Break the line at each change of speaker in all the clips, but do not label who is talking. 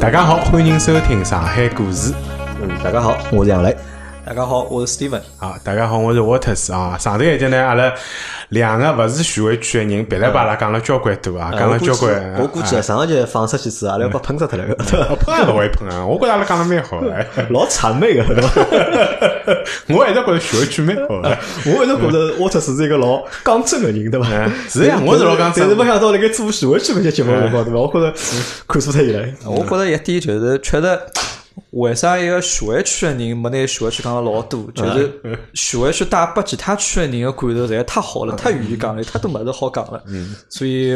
大家好，欢迎收听上海故事。
嗯，大家好，我是杨磊。大家好，我是 Steven。
啊，大家好，我是 Waters 啊。上头一集呢，阿拉两个勿是徐汇区的人，噼里啪啦讲了交关多啊，讲了交关。
呃我估计上一集放出去之后，阿拉要被喷死脱了，
啊喷也勿会喷啊，我觉着阿拉讲了蛮好的。
老谄媚个，对伐？
我一直觉着徐汇区蛮好的。
我一直觉着沃特斯是一个老刚正个人，对伐？
是呀我是老刚正
但是没想到辣盖做徐汇区搿些节目辰光，对伐？我觉着看错脱伊了。
我觉着一点就是，确实，为啥一个徐汇区的人没拿徐汇区讲了老多？
嗯
就是徐汇区带拨其他区的人的感受实在太好了，太愿意讲了，太多物事好讲了。所以，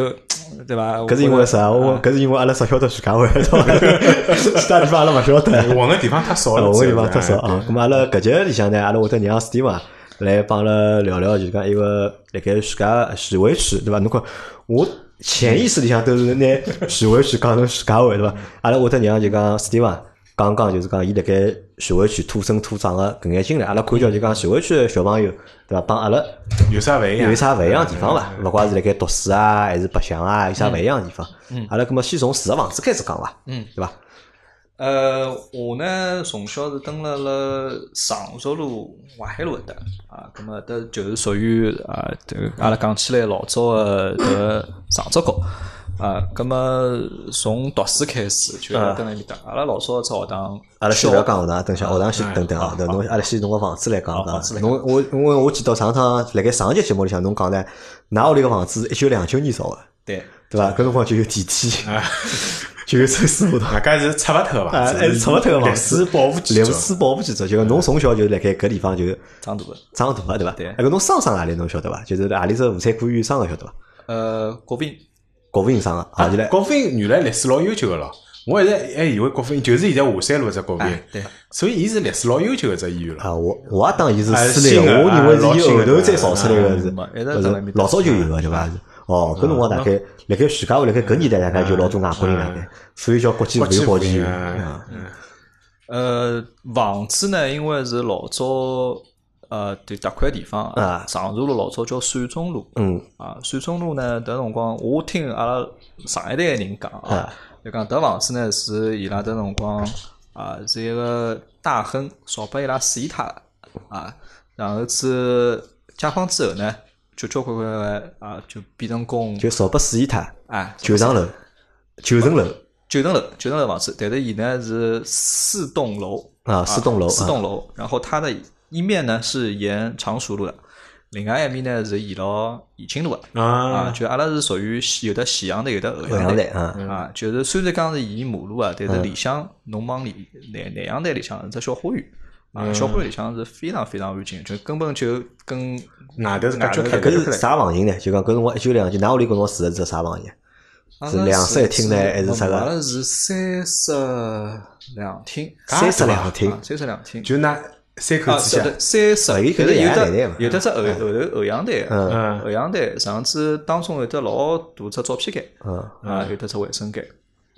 对伐？
搿嗯是因为啥？我搿是因为阿拉只晓得徐家汇，对伐？ 其他地方阿拉勿晓得。
混个地方太少了， 哎
哦，我地方
真
特
的
色啊。咁啊阿拉搿节里向呢，阿拉会得让 Steve 啊来帮阿拉聊聊，就是讲一个辣盖徐家徐汇区，对伐？侬看我潜意识里向都是拿徐汇区讲成徐家汇，对伐？阿拉会得让就讲 Steve 啊讲讲，就是讲伊辣盖徐汇区土生土长个搿眼经历，阿拉看叫就讲徐汇区个小朋友，对伐？帮阿拉
有啥勿啊一样？
有啥勿一样地方伐？勿管是辣盖读书啊，还是白相啊，有啥勿一样地方？阿拉搿么先从住个房子开始讲伐？嗯，对伐？
呃，我呢从小是蹲辣辣常熟路淮海路搿搭啊，咁么搿就是属于啊，这个阿拉讲起来老早呃个迭个常州高啊，咁么从读书开始就蹲辣埃面搭，阿拉老早只学堂，
阿拉先
小
勿要讲学堂，等下学堂先等等啊，对伐侬阿拉先从个房子来讲
好房子
讲。
来
侬我因为我记得上趟辣盖上一节节目里向侬讲呢，㑚屋里个房子是一九两九年造个，
对。
对伐？搿辰光就有电梯，就有走私 步道。
外加哎是拆勿脱个
啊，
房子，
还是出勿脱个房
历史
子，
保护建
历
筑。
史保护建筑，就是侬从小就辣盖搿地方就
长大的，
长大个，对伐？
对
哎搿侬生生哪里侬晓得伐？就是何里只妇产科医院生个晓得伐？
呃，国宾
国务院生个，啊，就来
国宾原来历史老悠久个咯，我一直还以为国宾就是现在华山路只国宾，
对，
所以伊是历史老悠久个只医院了。
啊，我我也当伊是
啊
私立
新的
的，我认为
啊
是伊
老新
后
的
头再造出来的，
嗯
是
没一直
不
在那
是
边
老早就有了，对伐？是哦，搿辰光大概辣盖徐家汇辣盖搿年代大概就老多外国人大概，所以叫国际
国际
环保局
妇女啊
呃，房子呢，因为是老早呃对搭块地方
啊
长沙路老早叫陕中路，
嗯
啊，陕中路呢，搿辰光我听阿拉上一代的人讲啊
啊，
就讲搿房子呢是伊拉搿辰光啊是一个大亨少拨伊拉四亿他啊，然后之解放之后呢，就交关关的啊就变成公
就少拨四亿塔
啊
九层楼、九层楼
九层楼，九层楼房子，但是伊呢是四栋楼
啊，四栋楼，
四
啊
栋楼，然后它的一面呢是沿常熟路的，另外一面呢是沿牢延庆路的。啊，
嗯
啊，
就阿拉是属于西有的前阳台，有的后
后阳
阳
台
台
啊嗯
啊，就是虽然讲是沿马路啊，但是里向侬往里南南阳台里向是只小花园
嗯
啊，小花园里向是非常非常安静，就根本就跟
外头是隔绝开
外头
隔
搿
绝
是
开。
啥房型呢？就讲搿辰光一九两九，㑚屋里搿辰光住的是啥房型？
阿
是
拉
两室一厅呢还是啥个
阿拉是三室两厅，
三室两厅
啊，三室两厅。
就那三口
啊，
之
是
家，
的，三十，
啊伊搿
但
是
是
爷爷
有
奶奶嘛
的有的只后后头后阳台，
嗯
后阳台上次当中有得老大只照片间，
嗯，
啊，有得只卫生间，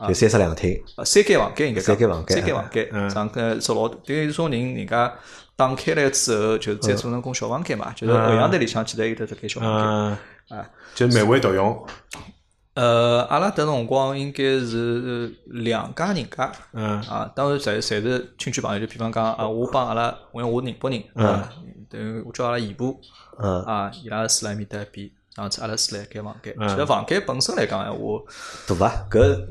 就三室两厅，
啊，三间房间应该讲
三间房间嗯
三间房间，上个只老大，因为有种人人家打开来之后，
嗯
就再做成功小房间嘛，就是后阳台里向记得有得只间小房间。
嗯，
啊，
就每位独用，
呃，阿拉搿辰光应该是两家人家，
嗯
啊，当然侪侪是亲戚朋友，就比方讲啊，我帮阿拉，因为我宁波人，啊，等于我叫阿拉姨婆。
嗯，
啊，伊拉是辣埃面搭边，上次阿拉是辣盖房间。
嗯
其实房间本身来讲闲话，
大伐？搿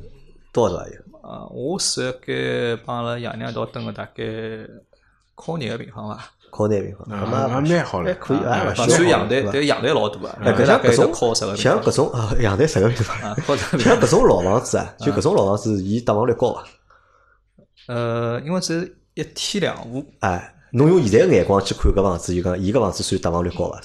多少大有？
啊，我是辣盖帮阿拉爷娘一道蹲个大概靠廿个平方伐，
靠南平方，
啊，
咁啊
啊蛮好
还
了。
可以，
啊
啊，勿
勿
小
算阳台
对，伐
但阳台老大啊，
哎，搿
大
像
概
搿
都
种
靠十个平
像
方
搿种啊，阳台十个平方，
啊，靠十个平
像
方。
搿种老房子 啊，就搿种老房子，伊打房率高伐？
呃，因为是一梯两户，
哎，侬用现在个眼光去看搿房子，就讲伊搿房子算打房率高伐？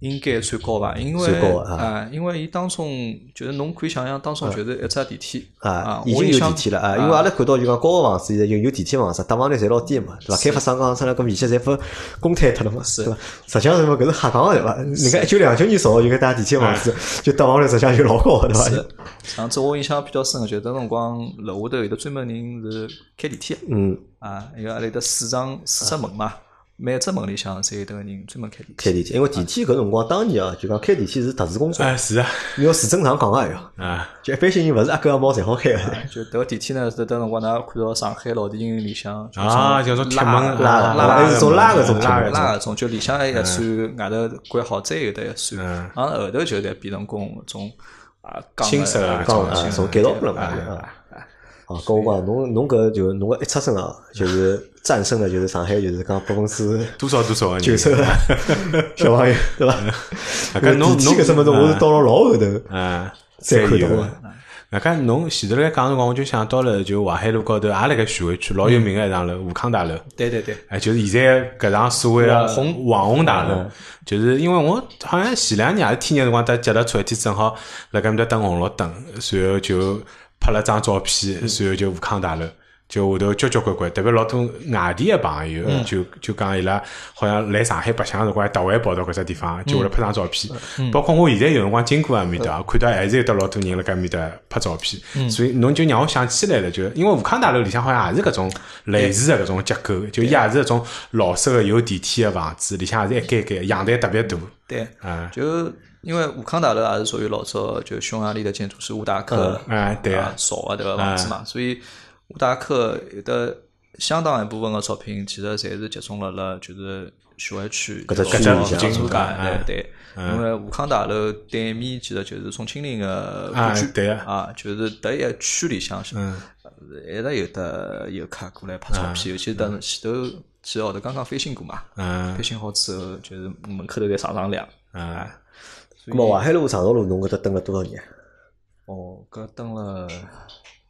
应该算高伐？因为
算高啊
啊，因为伊当中就是侬可以想象，当中就是一只电梯
啊，已
我
经
印
有
象
电梯了啊，因为阿拉看到就讲高个房子现在有有电梯房子，打房率侪老低嘛，对伐？开发商讲出来搿面积侪分公摊脱了嘛，对伐？实际上是嘛，搿是瞎讲个对伐？人家一九两九年造的就搿搭电梯房子，就打房率实际上就老高个对伐？
上次我印象比较深个，就是搿辰光楼下头有得专门人是开电梯。
嗯，
啊，因为阿拉有得四张四只门嘛，每只门里向侪有得个人专门开电梯。
开电梯，因为电梯搿辰光当年啊，就讲开电梯是特殊工作，
啊是啊，
你要住正常讲啊要，
啊
就一般性人勿是阿狗阿猫侪好开个。
就迭个电梯呢，迭搭辰光㑚看到上海老电影里向就
啊，
是
叫做铁门
拉
啊
拉
的
还是
种拉
门
的种
拉的
铁门
种
拉搿种，就里向还有一扇外头关好，再有得一扇，
嗯
然后后头就得变成功种啊钢
新式的
的
搿
讲
种
啊，
新
从
的
改造过了嘛。
啊
啊，好，跟我讲，侬侬搿就侬搿一出生啊，就是战胜了就是上海就是讲百分之
多少多少啊个人
九十个小朋友，对伐？
啊搿侬
电梯
侬
搿什么东西，我是到了老后头
啊，
才看到
有
个
的。那搿侬前头辣盖讲辰光，我就想到了，就淮海路高头，也辣盖徐汇区老有名个一幢楼——武康大楼。
对对对，
哎，就是现在搿幢所谓的
网红
啊
嗯
网红大楼，就是因为我好像前两年还是天热辰光搭脚踏车，一天正好辣盖面搭等红绿灯，然后就拍了张照片，
嗯
然后就武康大楼。就下头交交关关，特别老多外地的朋友，
嗯
就就讲伊拉好像来上海白相的辰光，还特为跑到搿只地方，就为了拍张照片。包括我现在有辰光经过埃面搭，看到还是有得老多人辣盖埃面搭拍照片。所以侬就让我想起来了，就因为武康大楼里向好像也是搿种类似的搿种结构，就伊也是搿种老式的有电梯的房子，里向也是一间间，阳台特别大。
对，
啊
就因为武康大楼也是属于老早就匈牙利的建筑师乌达克
嗯啊对啊
啊造的这个房子嘛，所以乌达克有的相当一部分的作品其实侪是集中辣辣就是徐汇区
搿只区域
老
里向
建筑界
嗯
对对。因为武康大楼对面其实就是宋庆龄的故
啊
居，
对啊嗯
啊，就是迭一区里向是，呃一直有的游客过来拍照片，尤其等前头前头刚刚翻新过嘛，
啊嗯
配信好之后，就是门口头再上上亮。
嗯，
那么淮海路、长寿路，侬搿搭蹲了多少年？啊
哦，搿蹲了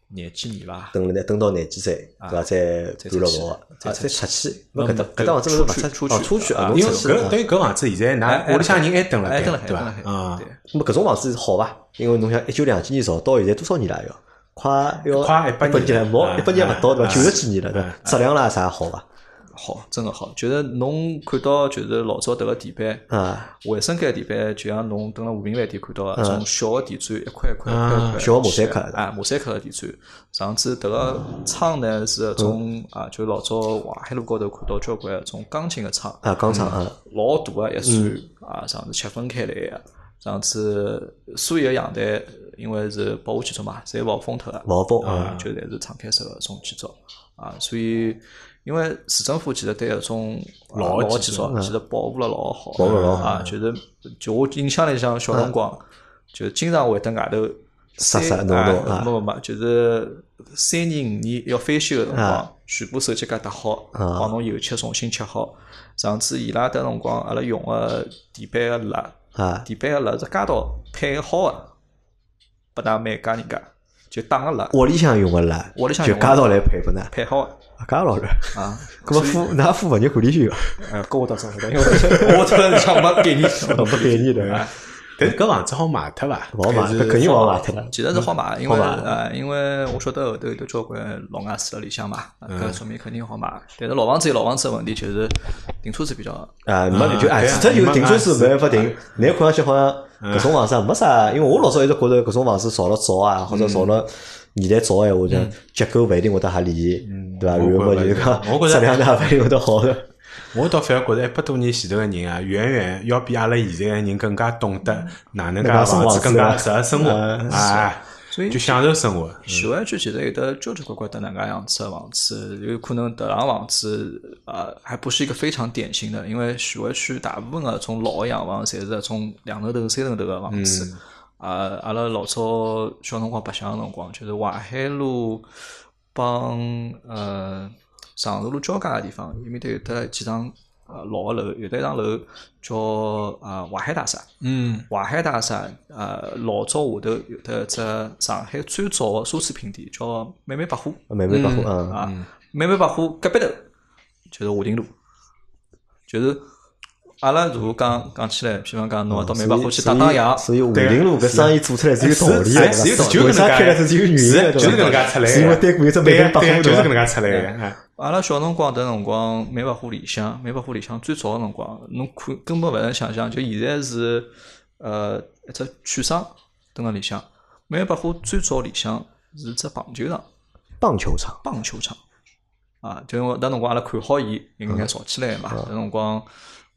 廿几年吧。
蹲了呢，蹲到廿几岁，对伐？再搬了老啊，啊，
再
再
出去
出去。那搿搭
嗯
搿搭房子勿是勿出
出去
哦出去啊，
啊
侬
因为
出去了
搿
啊
等于搿房子现在，㑚屋里向人还蹲了
哎，
盖
蹲了，
对
蹲了
伐，？啊
对，。
那么搿种房子好伐？因为侬想一九两几年造，到现在多少年了要？快要
快100年
年了，冇
嗯
一百年勿到对
嗯
伐？九十几年了对伐？质量啦啥好伐？
好，真的好。就是侬看到就是老早迭个地板，
啊，
卫生间地板，就像侬蹲辣和平饭店看到个，种小个地砖一块一块一块一
啊
块，
小马赛克
啊，马赛克个地砖。上次迭个窗呢是搿种啊，就老早淮海路高头看到交关搿种钢筋个窗，
啊，钢厂啊，
老大个一扇啊，上次切分开来个，上次所有阳台因为是保护建筑嘛，侪防风脱个，
毛包
啊，就侪是敞开式个种建筑啊，所以因为市政府其实对搿种啊
老
老
的
的
建
建
筑
筑其实保护了老好，
嗯保护了老好嗯
啊，就是就我印象里向小辰光就经常会登外头
杀杀
三
弄弄啊
啊，没没没，就是三年五年要翻修个辰
啊
光。全部手机架搭好，
啊
帮侬油漆重新漆好。上次伊拉迭辰光，阿拉用个地板个蜡，
啊，
地板个蜡是街道配好个，拨㑚每家人家就打个蜡
屋里向用个啦，
屋里向
就
用的
家道来配拨㑚，
配好个
啊家道了。
啊。
搿么付㑚付物业管理费伐？
呃，搿我倒真勿晓得，因 为我我突然想没概念。
勿给你的，
但是搿房子好卖脱伐？
勿好买，
还是
搿肯定勿好买脱。
其实是好买，因为
好买
呃，因为我晓得后头有得交关老外住辣里向嘛，啊
嗯
搿说明肯定好买。但是老房子有老房子个问题，就是停车子比较
啊，没就哎，
对
除
啊
脱就
没
停车
啊
是
是哎
没办法停。你看上去好像搿种房子啊没啥，因为我老早一直觉着搿种房子造了早啊，或者造
嗯
了年代早闲话，就结构勿一定会得合理，对伐？
嗯我
然后嘛
觉得我觉得
就是讲质量呢勿一定会得好的。
我倒反而觉着一百多年前头个人啊，远远要比阿拉现在个人更加懂得哪能介
哪能介
房子
嗯生
更
活
加适合生活
嗯
啊，
所以
就享受生活。
徐汇区其实有的交交关关的哪个样子的房子，有可能迭幢房子呃还不是一个非常典型的，因为徐汇区大部分的种老的洋房侪是那种两头头、三头头的房
嗯
子。啊，阿拉老早小辰光白相的辰光，就是淮海路帮呃长寿路交界的地方，伊面头有得几幢呃老的楼，有得一幢楼叫啊淮海大厦。
嗯，
淮海大厦，呃，老早下头有得只上海最早个奢侈品店，叫美美百货
慢慢
嗯
百货啊，
啊。美美百货隔壁头就是华亭路，就是阿拉如果讲讲起来，比方讲侬要到美百货去打打烊，
哦所以所以
对
武
啊
林路搿生意做出来是有道理
哎
的，
是
对伐
是有
为啥
道理
开了是有原因
是
的，
就是搿
对
能
伐
介出来的
是因为对面有只慢
对
慢
呀
百
对呀啊
货
就是搿
对伐嗯
能介出来个。哎
阿拉小辰光迭辰光，美百货里向，美百货里向最早个辰光，侬看根本勿能想象，就现在是呃一只券商蹲辣里向，美百货最早里向是只棒球场。
棒球场
棒球场啊，就因为那辰光阿拉看好伊，应该吵起来嘛。那辰光，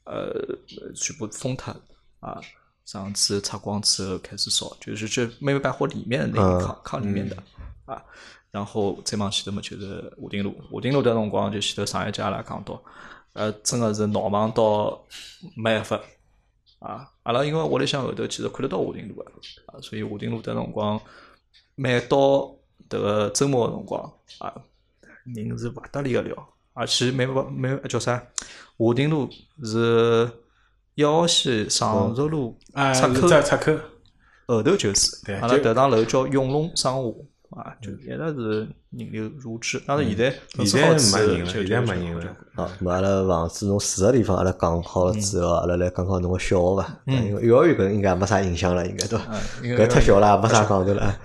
呃，全部封脱啊，上次擦光之后开始烧，就是这妹妹百货里面的那一炕炕里面的啊。然后再往前头嘛，就是武定路，武定路的辰光就前头上一节阿拉讲到，呃，真的是闹忙到没办法啊。阿拉因为屋里向后头其实看得到武定路的啊，所以武定路的辰光，每到迭个周末的辰光啊，人是勿得了个了，而且每晚每叫啥，武定路是一号线上石路
啊，
出口
在出口，
后头就是
对，
阿拉
就嗯
迭幢楼叫永隆商务啊，就一直是人流如织。当然现在
现在
是好
没人
几
了，
个
现在没人了。。
好，咁啊阿拉房子侬住个地方，阿拉讲好了之后，阿拉来讲讲侬个小学伐？因为幼儿园搿应该没啥印象了，应该对伐？
因为
搿太小了，没啥讲头了。啊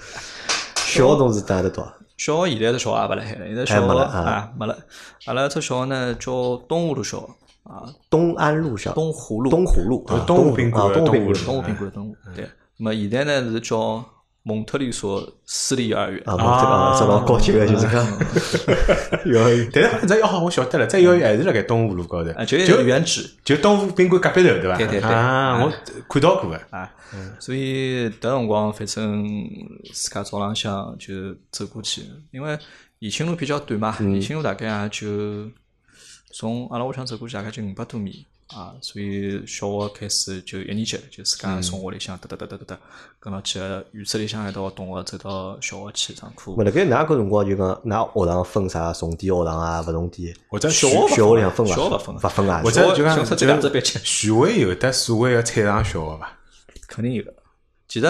小学侬是哪得多少？
小学现在的啊小学也勿辣海了，现在小
哎没
学
了啊
啊没了。阿拉只小学呢叫东华路小学啊，
东安路小
东湖路，
东湖路啊，
东
东
湖宾馆
啊东湖
东湖路
宾馆
东湖宾馆东湖
嗯
对。那么现在呢是叫蒙特利所私立幼儿园
啊，我这个啊嗯这老高级个就是 讲幼儿园。
但是反正哦，我晓得了，再
嗯
要还是辣盖东湖路高头
啊，，就
就是
原址。
就东湖宾馆隔壁头对伐？
对对对
啊，我
嗯
看到过个，
啊，所以迭辰光反正自家早浪向就走过去，因为延庆路比较短嘛，延庆路大概也啊就从阿拉屋里向走过去大概就五百多米啊，所以小学开始就一年级就自家从屋里向哒哒哒哒哒哒跟牢几个院子里向一道同学走到小学去上课
么，辣盖㑚搿辰光就讲，㑚学堂分啥重点学堂啊，勿重点？
或者
小
小
学
学
小学里向分伐？
小学勿分
勿分啊？
或
小
者
学
就
小
讲
学
就
就两只班级
徐汇有的所谓个菜场小学伐？
肯定有个。其实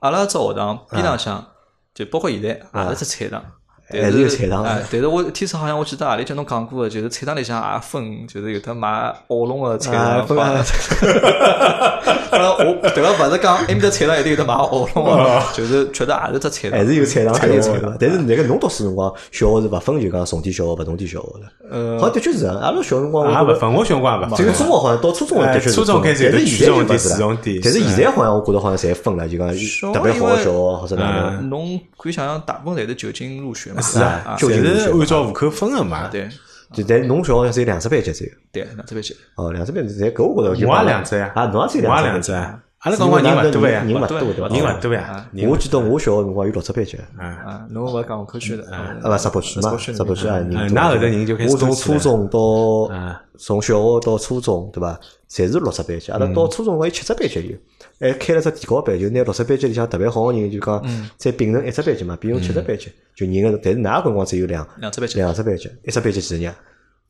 阿拉只学堂边浪向，就包括现在也是只菜场，但
还是有菜
菜
场
哎，但是我天生好像我记得何里节侬讲过个，就是菜场里向也分，就是有的卖奥龙个菜
啊，
场
分
帮。
啊
阿！拉我迭个勿是讲埃面搭菜场一定有得卖奥龙个，就是觉得也是只菜
还
场。
是有菜场，还是有菜场。但是那个侬读书辰光，小学是勿分就讲重点小学、勿重点小学的。呃，好像的确是啊，阿拉小辰光
也
我觉啊
勿
得
分，我小辰光也勿
这
分
个。中学好像到初中的
哎
的确是
初中
分
开始有
但
的
是现在就
举重
勿
点
是
四
了
重。点
但是现在好像我觉得好像侪分了，就讲
小
特别好的
因为
小学或者哪能。
嗯
侬可以想想，大部分侪是就近入学嘛，是
啊就
侪
近入学
是按照户口分个嘛，
对
就但侬小学只有两只班级只有，
对，两只班级。
哦，两只班级侪搿我觉得就
我也
讲
两只呀，
啊，侬也只有
我也
班
两
级
只啊呀，
啊
阿拉辰光人勿多呀，
人勿多
多
对
人
伐
勿多呀，人
我记得我小学辰光有六只班级。
啊，侬勿是讲我口区的，啊
啊，勿石浦区嘛，
石
石
浦
浦
区
区
的
啊，
名
人
啊
多
嗯那后头人就开始
我从
多起来
初
了
中
啊
到从小学到初中，对伐？侪是六只班级，阿拉
嗯
到初中光有七只班级有，还哎开了只提高班，就拿六只班级里向特别好个人，就讲
嗯
再并成一只班级嘛，并成七只班级，就人个，但是㑚搿辰光只有两
两只班级。
两只班级，一只班级几个人啊？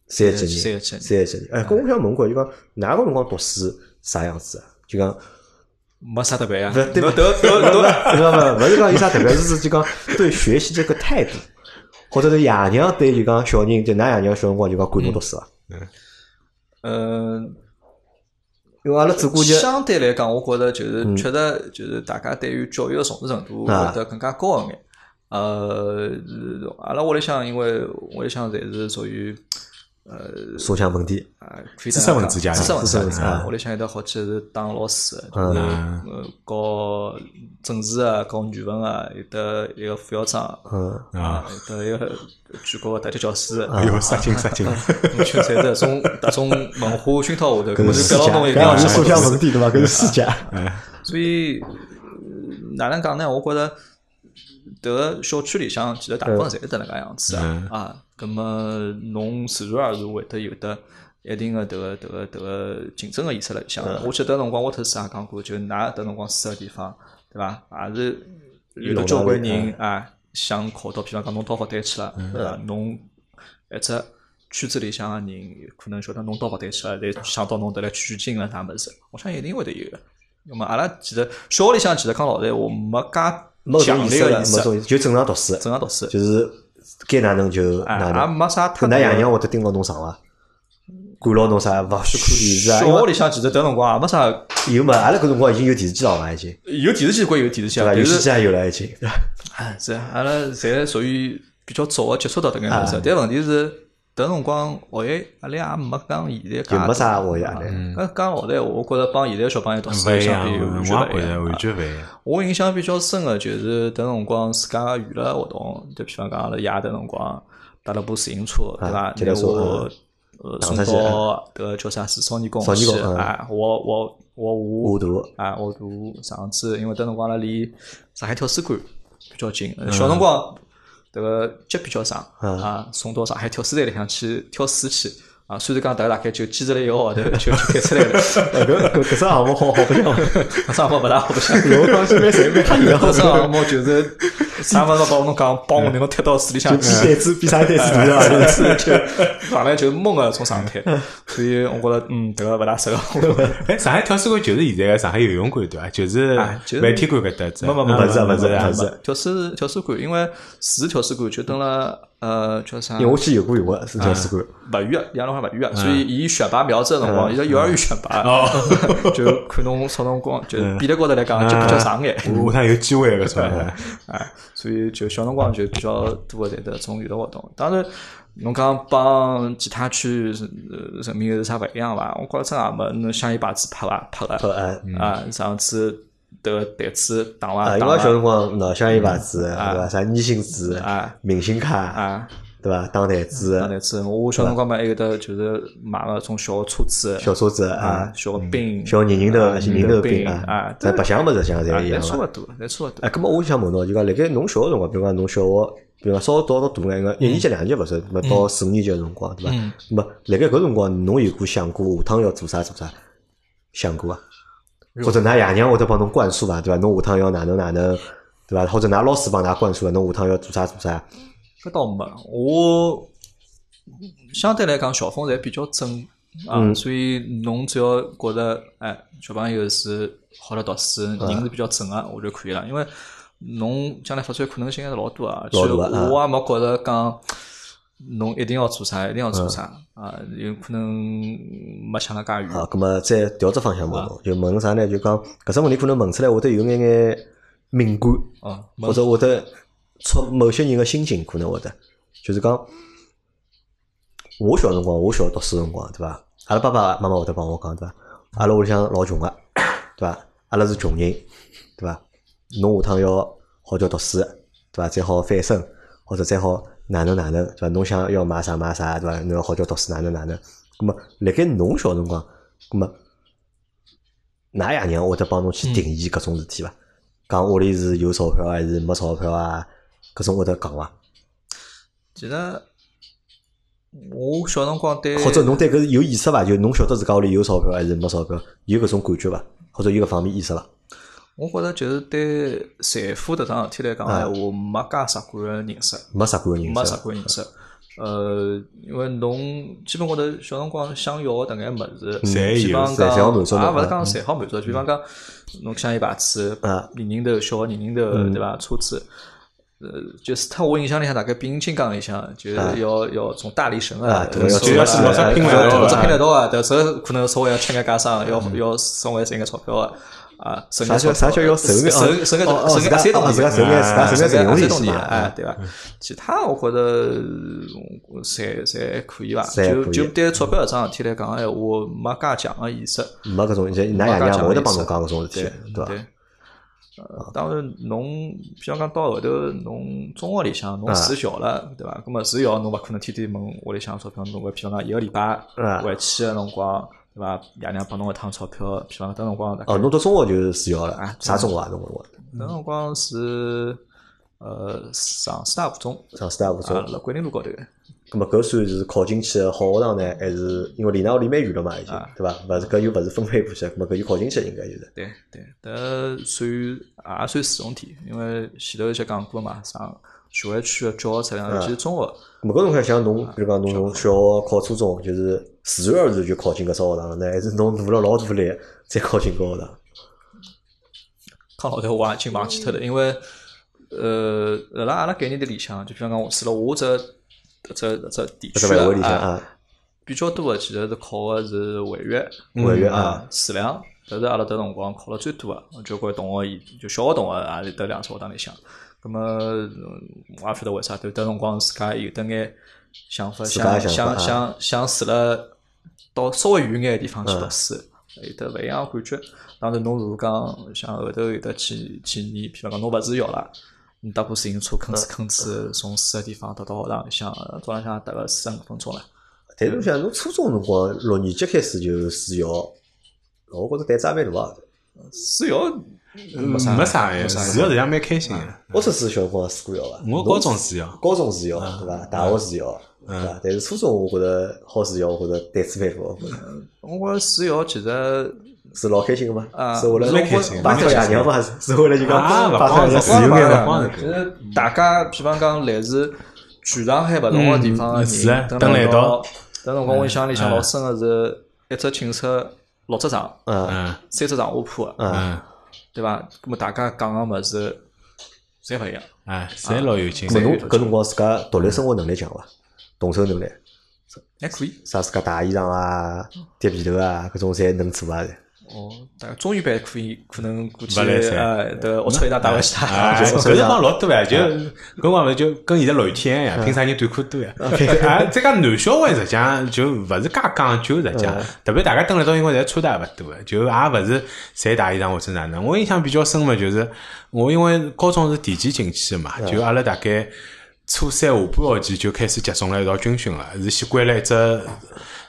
三十几人，
三
三
十
十几人。哎，搿我想问过，就讲㑚搿辰光读书啥样子啊？就讲。
没啥特别啊，
不对
侬都都都
不不不是讲有啥特别，是就讲对学习这个态度，或者是爷娘对就讲小人，就㑚爷娘小辰光就讲管侬读书啊。
呃，
因为阿拉只顾就
相对来讲，我觉得就是
嗯
确实就是大家对于教育的重视程度
啊
会得更加高一眼。呃，阿拉屋里向因为屋里向侪是属于
所向本地，
啊，可以
知识
这样
分
讲
子家
知识
庭
分
知
子
识分
家
子
庭啊
啊
屋里向有得好几个是当老师的，
嗯
呃，搞政治啊，搞语文啊，有得一个副校长
嗯，
啊，有得一个全国的特级教师。
啊
哎呦，杀青杀 青，
侬确实在种大种文化熏陶下头，搿
搿
么
是
就
世
搿
家，
老侬一定要
搿是
想
所
法
向本地对伐？搿是世 家，
所以呃哪能讲呢？我觉着迭个小区里向，其实大部分侪是迭能介样子啊
嗯
啊。葛么侬自然而然会得有得一定的迭个迭个迭个竞争个意识辣里向。我记得辰光我特斯也讲过，就㑚迭辰光住个地方，对伐？也是有得交关人啊，想考到，譬如讲侬到复旦去了，对伐？侬一只。圈子里向个人可能晓得侬到复旦去了，侪想到侬得来取取经了啥物事，我想一定会得有个。那么阿拉其实小学里向其实讲老实闲话，没
没
介
搿种
强
意
烈
识
个
了，
意
没
识，
种意识，就正常读书，
正常读书，
就是该哪能就
哎，
哪
也
能。
没啥太
搿
多
㑚爷娘会得盯牢侬上伐？管牢侬啥？勿许看电视啊！因
小学
为
里向其实迭辰光也没啥，
有嘛？阿拉搿辰光已经有电视机了嘛，已经
有电视机归有电视机
对
啊，
伐？
但
游戏机
是
也有了，已 经对伐？
哎是啊阿拉侪属于比较早个接触到迭个物
啊
事，但问题是迭辰光学习压力也没讲现在介
就没
大
啥学习压
啊
力。
搿讲老实闲话，我觉着帮现在小朋友读书
勿一
相
样，
比
啊我也觉着完
完全勿一样啊。
全勿一样。
我印象比较深个就是迭辰光自家娱乐活动，就譬如讲阿拉爷迭辰光搭了部自行车，对伐？
骑了
拿
车
我呃
打
送
出去
到迭个叫啥四少年宫
少年
去
宫嗯
啊！我我我
画
我
图
啊，我读上次，因为当辰光阿拉离上海跳水馆比较近，呃小辰光迭个脚比较长
嗯
啊，送到上海跳水台里向去跳水去啊。虽然讲迭大概就坚持了一个号头就就开出来了，
呃，搿搿搿只项目好好白 相。
上好勿大好白相。
我讲是蛮神 蛮吓人的，
搿只项目就是啥物事帮侬讲，帮我能够踢到水里
就
向
比
去。
赛子比啥赛子大啊？就是
是就上来就懵个种状态，所以我觉着嗯，迭个勿大适合我。
哎，上海跳水馆就是现在个上海游泳馆对伐？就是
啊就是
万体馆搿搭子。
没没
啊
没不是啊不是啊
啊
不是啊
调水调水馆，因为是调水馆就等了呃叫啥？
因为我去游过泳啊，是跳水馆。
勿远啊，杨龙华勿远啊，所以伊选拔苗子个辰光，伊在幼儿园选拔，就看侬啥辰光，就比例高头来讲就比较长眼。
哎我下趟有机会个说伐？
哎，所以就小辰光就比较多的这种娱乐活动。当然，侬讲帮其他区呃人民有啥勿一样伐？我觉着真也没侬像伊牌子拍伐拍
好
个
哎，
啊，上次迭个台子打伐
啊，因
打
为小
伐
辰光喏，香烟牌子对伐？啥逆行纸
啊
明星卡
啊。嗯
对伐？打台
打
子、
台子，我小辰光嘛，还有得就是买个种小个车子
小车子
啊
啊，，
小个饼，
小人人头、
啊
人头饼
啊
啊，，咱白相物事像侪一
侪
样
差
嘛。
勿多，侪差勿多。
哎，搿么我想问侬，就讲辣盖侬小个辰光，比如讲侬小学，比如讲稍微到到大眼个一年级、两年级勿是，咾到四五年级个辰光，对伐？啊咾么辣盖搿辰光，侬有过想过下趟要做啥做啥？想过伐？啊或者㑚爷娘会得帮侬灌输伐？对伐？侬下趟要哪能哪能，对伐？或者㑚老师帮㑚灌输伐？侬下趟要做啥做啥？
搿倒没，我相对来讲校风侪比较正啊，
嗯
所以侬只要觉着哎，小朋友是好了读书，
啊
人是比较正啊个，我就可以了。因为侬将来发展可能性还是老多啊，
老
所以
多啊
我也没觉着讲侬一定要做啥，一定要做啥啊，有可能没想得介远。
嗯啊好，咁么再调只方向问侬，就问侬啥呢？就讲搿只问题可能问出来会得有眼眼敏感，
啊，
或者会得触某些人个心情，可能会得，就是讲我小辰光，我小学读书辰光，对伐？阿拉爸爸妈妈会得帮我讲，对伐？阿拉屋里向老穷个，对伐？阿拉是穷人，对伐？侬下趟要好叫读书，对伐？再好翻身，或者再好哪能哪能，对伐？侬想要买啥买啥，对伐？侬要好叫读书哪能哪能。咁么，辣盖侬小辰光，咁么，㑚爷娘会得帮侬去
嗯
定义搿种事体伐？讲屋里是有钞票还是没钞票啊？搿种会得讲伐？
其实我小辰光对
或者侬对搿是有意识伐？就侬晓得自家屋里有钞票还是没钞票，有搿种感觉伐？或者有搿方面意识伐？
我觉着就是对财富迭桩事体来讲，
啊
闲话没介直观个认识，
没啥观念，
没直观认识。呃，因为侬基本高头小辰光想要的迭眼物事，
侪
比
有
方
嗯侪
讲，
侪好满足侬
也勿是
啊
讲侪好满足，比方讲，侬像一牌子
啊，嗯
人人头小个人人头，对伐？车子，呃，就是脱我印象里向，大概变形金刚里向，就是要要种大力神
啊
啊，
对要
就要是老早拼来
老
的
只
啊
拼得到啊，但这可能稍微要吃眼加上，要要稍微省眼钞票啊，啊，省
嗯啥
眼
叫啥
钞
叫要
省
省眼
省省眼
哦哦
省
自
眼
家
三
哦
东
自
西
家，省眼自家省眼
省
省
眼
眼东
三东
西
西
嘛
哎
啊，
对伐？其他我觉着嗯侪侪还可以伐？
侪可
就
以
就对钞票搿桩事体来讲，闲话哎没介强个意识。
没搿种，就㑚爷娘勿会得帮侬讲搿种事体，对伐？
对对。呃，当然，侬比方讲到后头，侬中学里向侬
啊
住校了，对伐？葛么住校，侬勿可能天天问屋里向钞票，侬会比方讲一个礼拜
啊
回去个辰光，对伐？爷娘拨侬一趟钞票，比方讲等辰光大概
哦，侬读中学就是住校了
啊，
啥中学啊？侬问我，
那辰光是呃上师大附中，
上师大附中
啊，，辣桂林路高头个，
咁么搿算是考进去个好学堂呢，还是因为离㑚屋里蛮远了嘛，已经
啊
对伐？勿是搿又勿是分配部去，咁么搿就考进去应该就是
对对，迭算啊也算市重点，因为前头就讲过嘛，上徐汇区个教学质量，尤其是中学，
咁么搿辰光像侬，比如讲侬从小学考初中，就是自然而然就考进搿所学堂了呢，还是侬努了老大力才考进搿学堂？
讲老头我也已经忘记脱
嗯
了，因为呃，辣辣阿拉概念的里向，就比方讲，我住辣我这这这地
搿只
区
范围里
个
向
啊，
啊，
比较多个其实是考个是汇粤、
委员啊
啊、数量，搿是阿拉迭辰光考了最多个，交关同学伊就小学同学也是得两所学堂里向。葛么嗯我也勿晓得为啥，对迭辰光自家有得眼想法，
自家
想
想法
想
啊
想想住了到稍微远眼个地
嗯
方去读书，有得勿一样个感觉。当然，侬如果讲像后头有得几几年，譬如讲侬勿住校了。你搭部自行车，吭哧吭哧从住个地方搭到学堂里向，呃到浪向搭个四十五分钟了。
但是侬想，侬初中辰光六年级开始就私校，我觉着胆子也蛮大啊。
私校
没
啥
啥
没
哎，
啥啊
私校实际上蛮开心的。
我只是小辰光私过校啊伐？
我
侬
高中啊私校，
高中私校对
啊
伐？大学私校对伐？但是初中我觉着好私校，我觉着胆子蛮大，我觉着
我觉着私校其实
是老开心个嘛
啊，
是为了
蛮开心
拜托爷娘嘛，是是为了就
啊
讲
勿
拜托
光
人家
是
自
光
由眼嘛。
光
其实大家比方讲来自全上海勿同个地方个
嗯是啊
人，等
蹲辣一
一
道
道，等辰光我印象里向老深个是一只寝室六只床，
嗯
嗯
三只上下铺个，
嗯，
嗯
对伐？那么大家讲个物事侪勿一样。
哎，侪老有劲
咾。侬搿辰光自家独立生活能力强伐？动手能力，
还可以
啥自家洗衣裳啊、叠被头啊，搿种侪能做伐？
哦，大概中语班可以，可能估计
勿来三
呃，对，龌龊一大打勿起
哎，
他。
搿辰光老多呀，就搿辰光勿就跟现在老有天一样，凭啥人短裤多呀？哎，再讲男小孩实际上就勿是介讲究，实际上特别大家蹲辣一道，因为侪穿搭也勿多的，就也勿是侪大衣裳或者哪能。我印象比较深嘛，就是我因为高中是田间进去的嘛，就阿拉大概。初三下半学期就开始集中了一道军训了，是先关了一只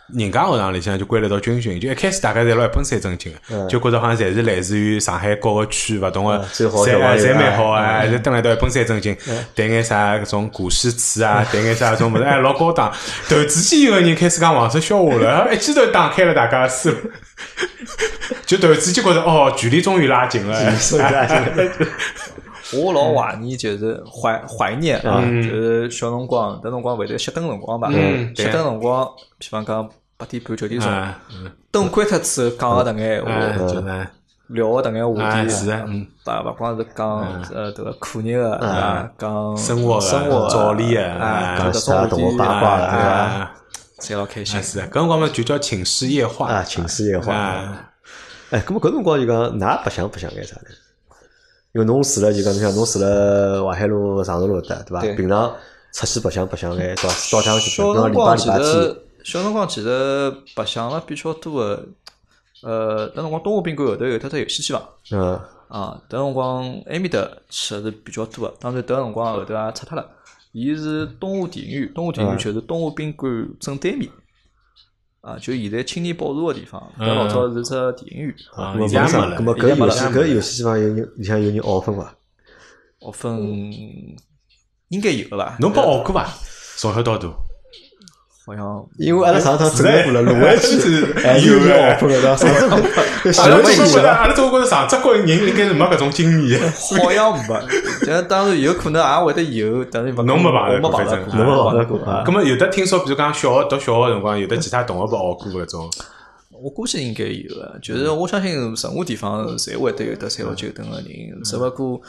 人家学堂里向就关了一道军训，就一开始大家侪老一本三正经的，就觉着好像侪是来自于上海各个区勿同个，
最好
侪
小朋友
侪蛮
啊
好啊，侪蹲辣一道一本三正经，谈眼啥搿种古诗词啊，谈眼啥搿种物事，哎，老高档。突然之间有个人开始讲黄色笑话了，一记头打开了大家的思路， 就突然之间觉着哦，距离终于拉近了。
所以啊，
我老怀念，就是怀
嗯
怀念啊，就是小辰光，等辰光会得熄灯辰光吧，
嗯
熄灯辰光，比方讲八点半九点钟，
啊，
灯关脱之后讲个迭眼
哎，
话，
就呢，
聊个迭眼话
哎
题
是的嗯，
啊，勿光是讲呃迭个课业个啊，讲
哎生活的
生活的
道理的
啊，
啊
讲
其他
搿
同
种
学八
话
卦
题，
的
啊对伐？
啊，
侪老开心
哎。是的，搿辰光嘛就叫寝室夜话
啊，寝室夜话。
啊，
哎，咁么搿辰光就讲，㑚白相白相干啥呢？因为侬住了就讲，侬想侬住了淮海路、长城路搭，对伐？
对
平常出去白相白相眼，到到趟去
小
白相，
辰
礼拜
光
礼
其
拜天，
实，小辰光其实白相了比较多个，呃，等辰光东华宾馆后头有脱只游戏机房
嗯，
啊，等辰光埃面搭去的是比较多个，当然等辰光后头也拆脱了。伊是东华电影院，东华
嗯
电影院就是东华宾馆正对面。啊，就现在青年保住个地方，但
嗯
老早是只电影院，
啊
咁么
现在也
问上
没了
咁么
现在
搿
没
游戏搿
了
游戏机房有人里向有人傲分伐？
学分应该有个吧？
侬被学过伐？从小到大，
好像
因为阿拉上趟整理过了，卢湾区还哎是有人傲分了，对伐？上次 搿
阿拉
上
总
次
觉
去
得，
了，
阿拉总觉得上只国人应该是没搿种经验的。
好像 没，但当然有可能也会得有，但是勿
侬没碰
我
着
没
过
碰
反
着
正
过，
侬
没碰着
着
过啊
咁么有的听说，比如讲小学读小学的辰光，有的其他同学被熬过搿种，
我估计应该有个，就是我相信任何地方侪会得有得三六九等个
嗯
人，只不过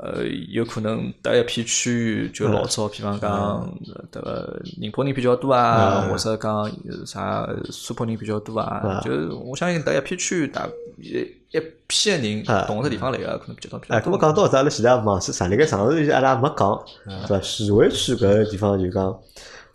呃有可能得一片区域就老早，比方讲呃
嗯
迭个宁波人比较多啊，或者讲呃啥苏北人比较多
嗯
啊，就是我相信得一片区域大一一批个人
啊
同个地方来个可能比较多比较
哎，咁
多
么。讲到这，阿拉现在忘记啥？辣盖上头阿拉也没讲，
嗯
对伐？徐汇区搿个地方就讲，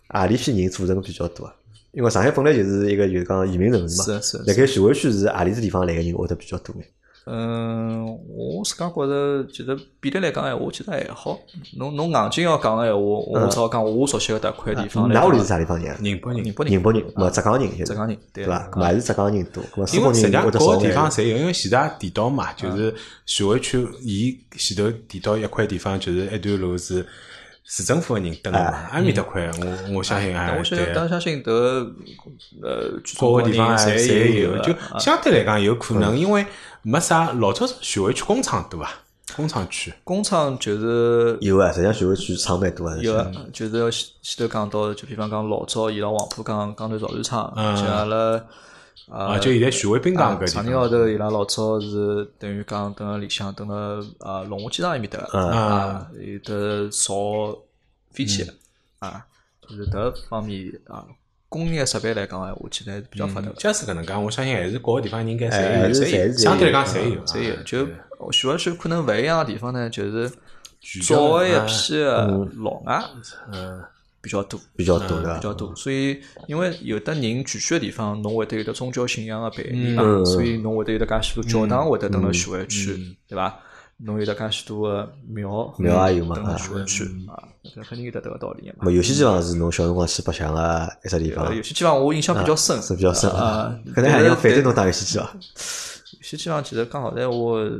何里批人组成比较多啊？因为上海本来就是一个就是讲移民城市嘛
是，是
辣
是，
盖徐汇区是何里只地方来个人会得比较多眼？
嗯，我自家觉着，其实比例来讲闲话，其实还好。侬侬硬劲要讲个闲话，我只好讲我熟悉个迭块地方
㑚
来讲。
嗯屋里是啥地方人啊？
宁波人
宁波人啊
宁波人，咾浙江人就是，
浙江人对
对伐？
嗯
咾还是浙江人多，咾
因
苏
为实际
北人
上
会得
各
少
个地
眼
方。侪有，因为前头也提到嘛，就是徐汇区，伊前头提到一块地方，就是一段路是市政府的人蹲的嘛，埃面搭块，我啊我相信哎
但我，相
对
信，。但相信得呃，
各个地方
侪
侪有，嗯
个
就
啊
相对来讲有可能，因为没啥老早徐汇区工厂对伐？工厂区，
工厂就是
有啊，实际上徐汇区厂蛮多啊。
有个，就是前前头讲到，就比方讲老早伊拉黄浦江江南造船厂，
嗯
像阿拉
啊，
啊
就现在徐汇滨江搿地
长
方
宁，号头伊拉老早是等于讲等了里向等了啊龙华机场埃面搭个啊，有得造飞机的啊，就是迭方面啊，工业设备来讲闲话，其实还是比较发达的。
假使搿能介，我相信还是各个地方应该
哎
侪有，
还是
侪
侪
有，
是
相对来讲
有
侪有啊，
所
哎
以就
对
徐汇区可能勿一样的地方呢，就是
焦
早
的
一
啊
批的
嗯
老外
嗯。
啊比较多，
比较多对
比
伐？
较多，所以因为有的人聚居的地方，侬会得有的啊宗教信仰的背离嘛
嗯，
所以侬会得有的介许多教堂会得登了徐汇区，对伐？侬有得介许多个庙
庙也有嘛
等
啊
侬去去啊，搿肯定有得迭个道理个嘛
么。有些地方是侬小辰光去白相啊，一只地方
呃，有些地方我印象比较深，
是比较深
啊，
可能还要反对侬打游戏机哦。
有些地方其实讲好在我也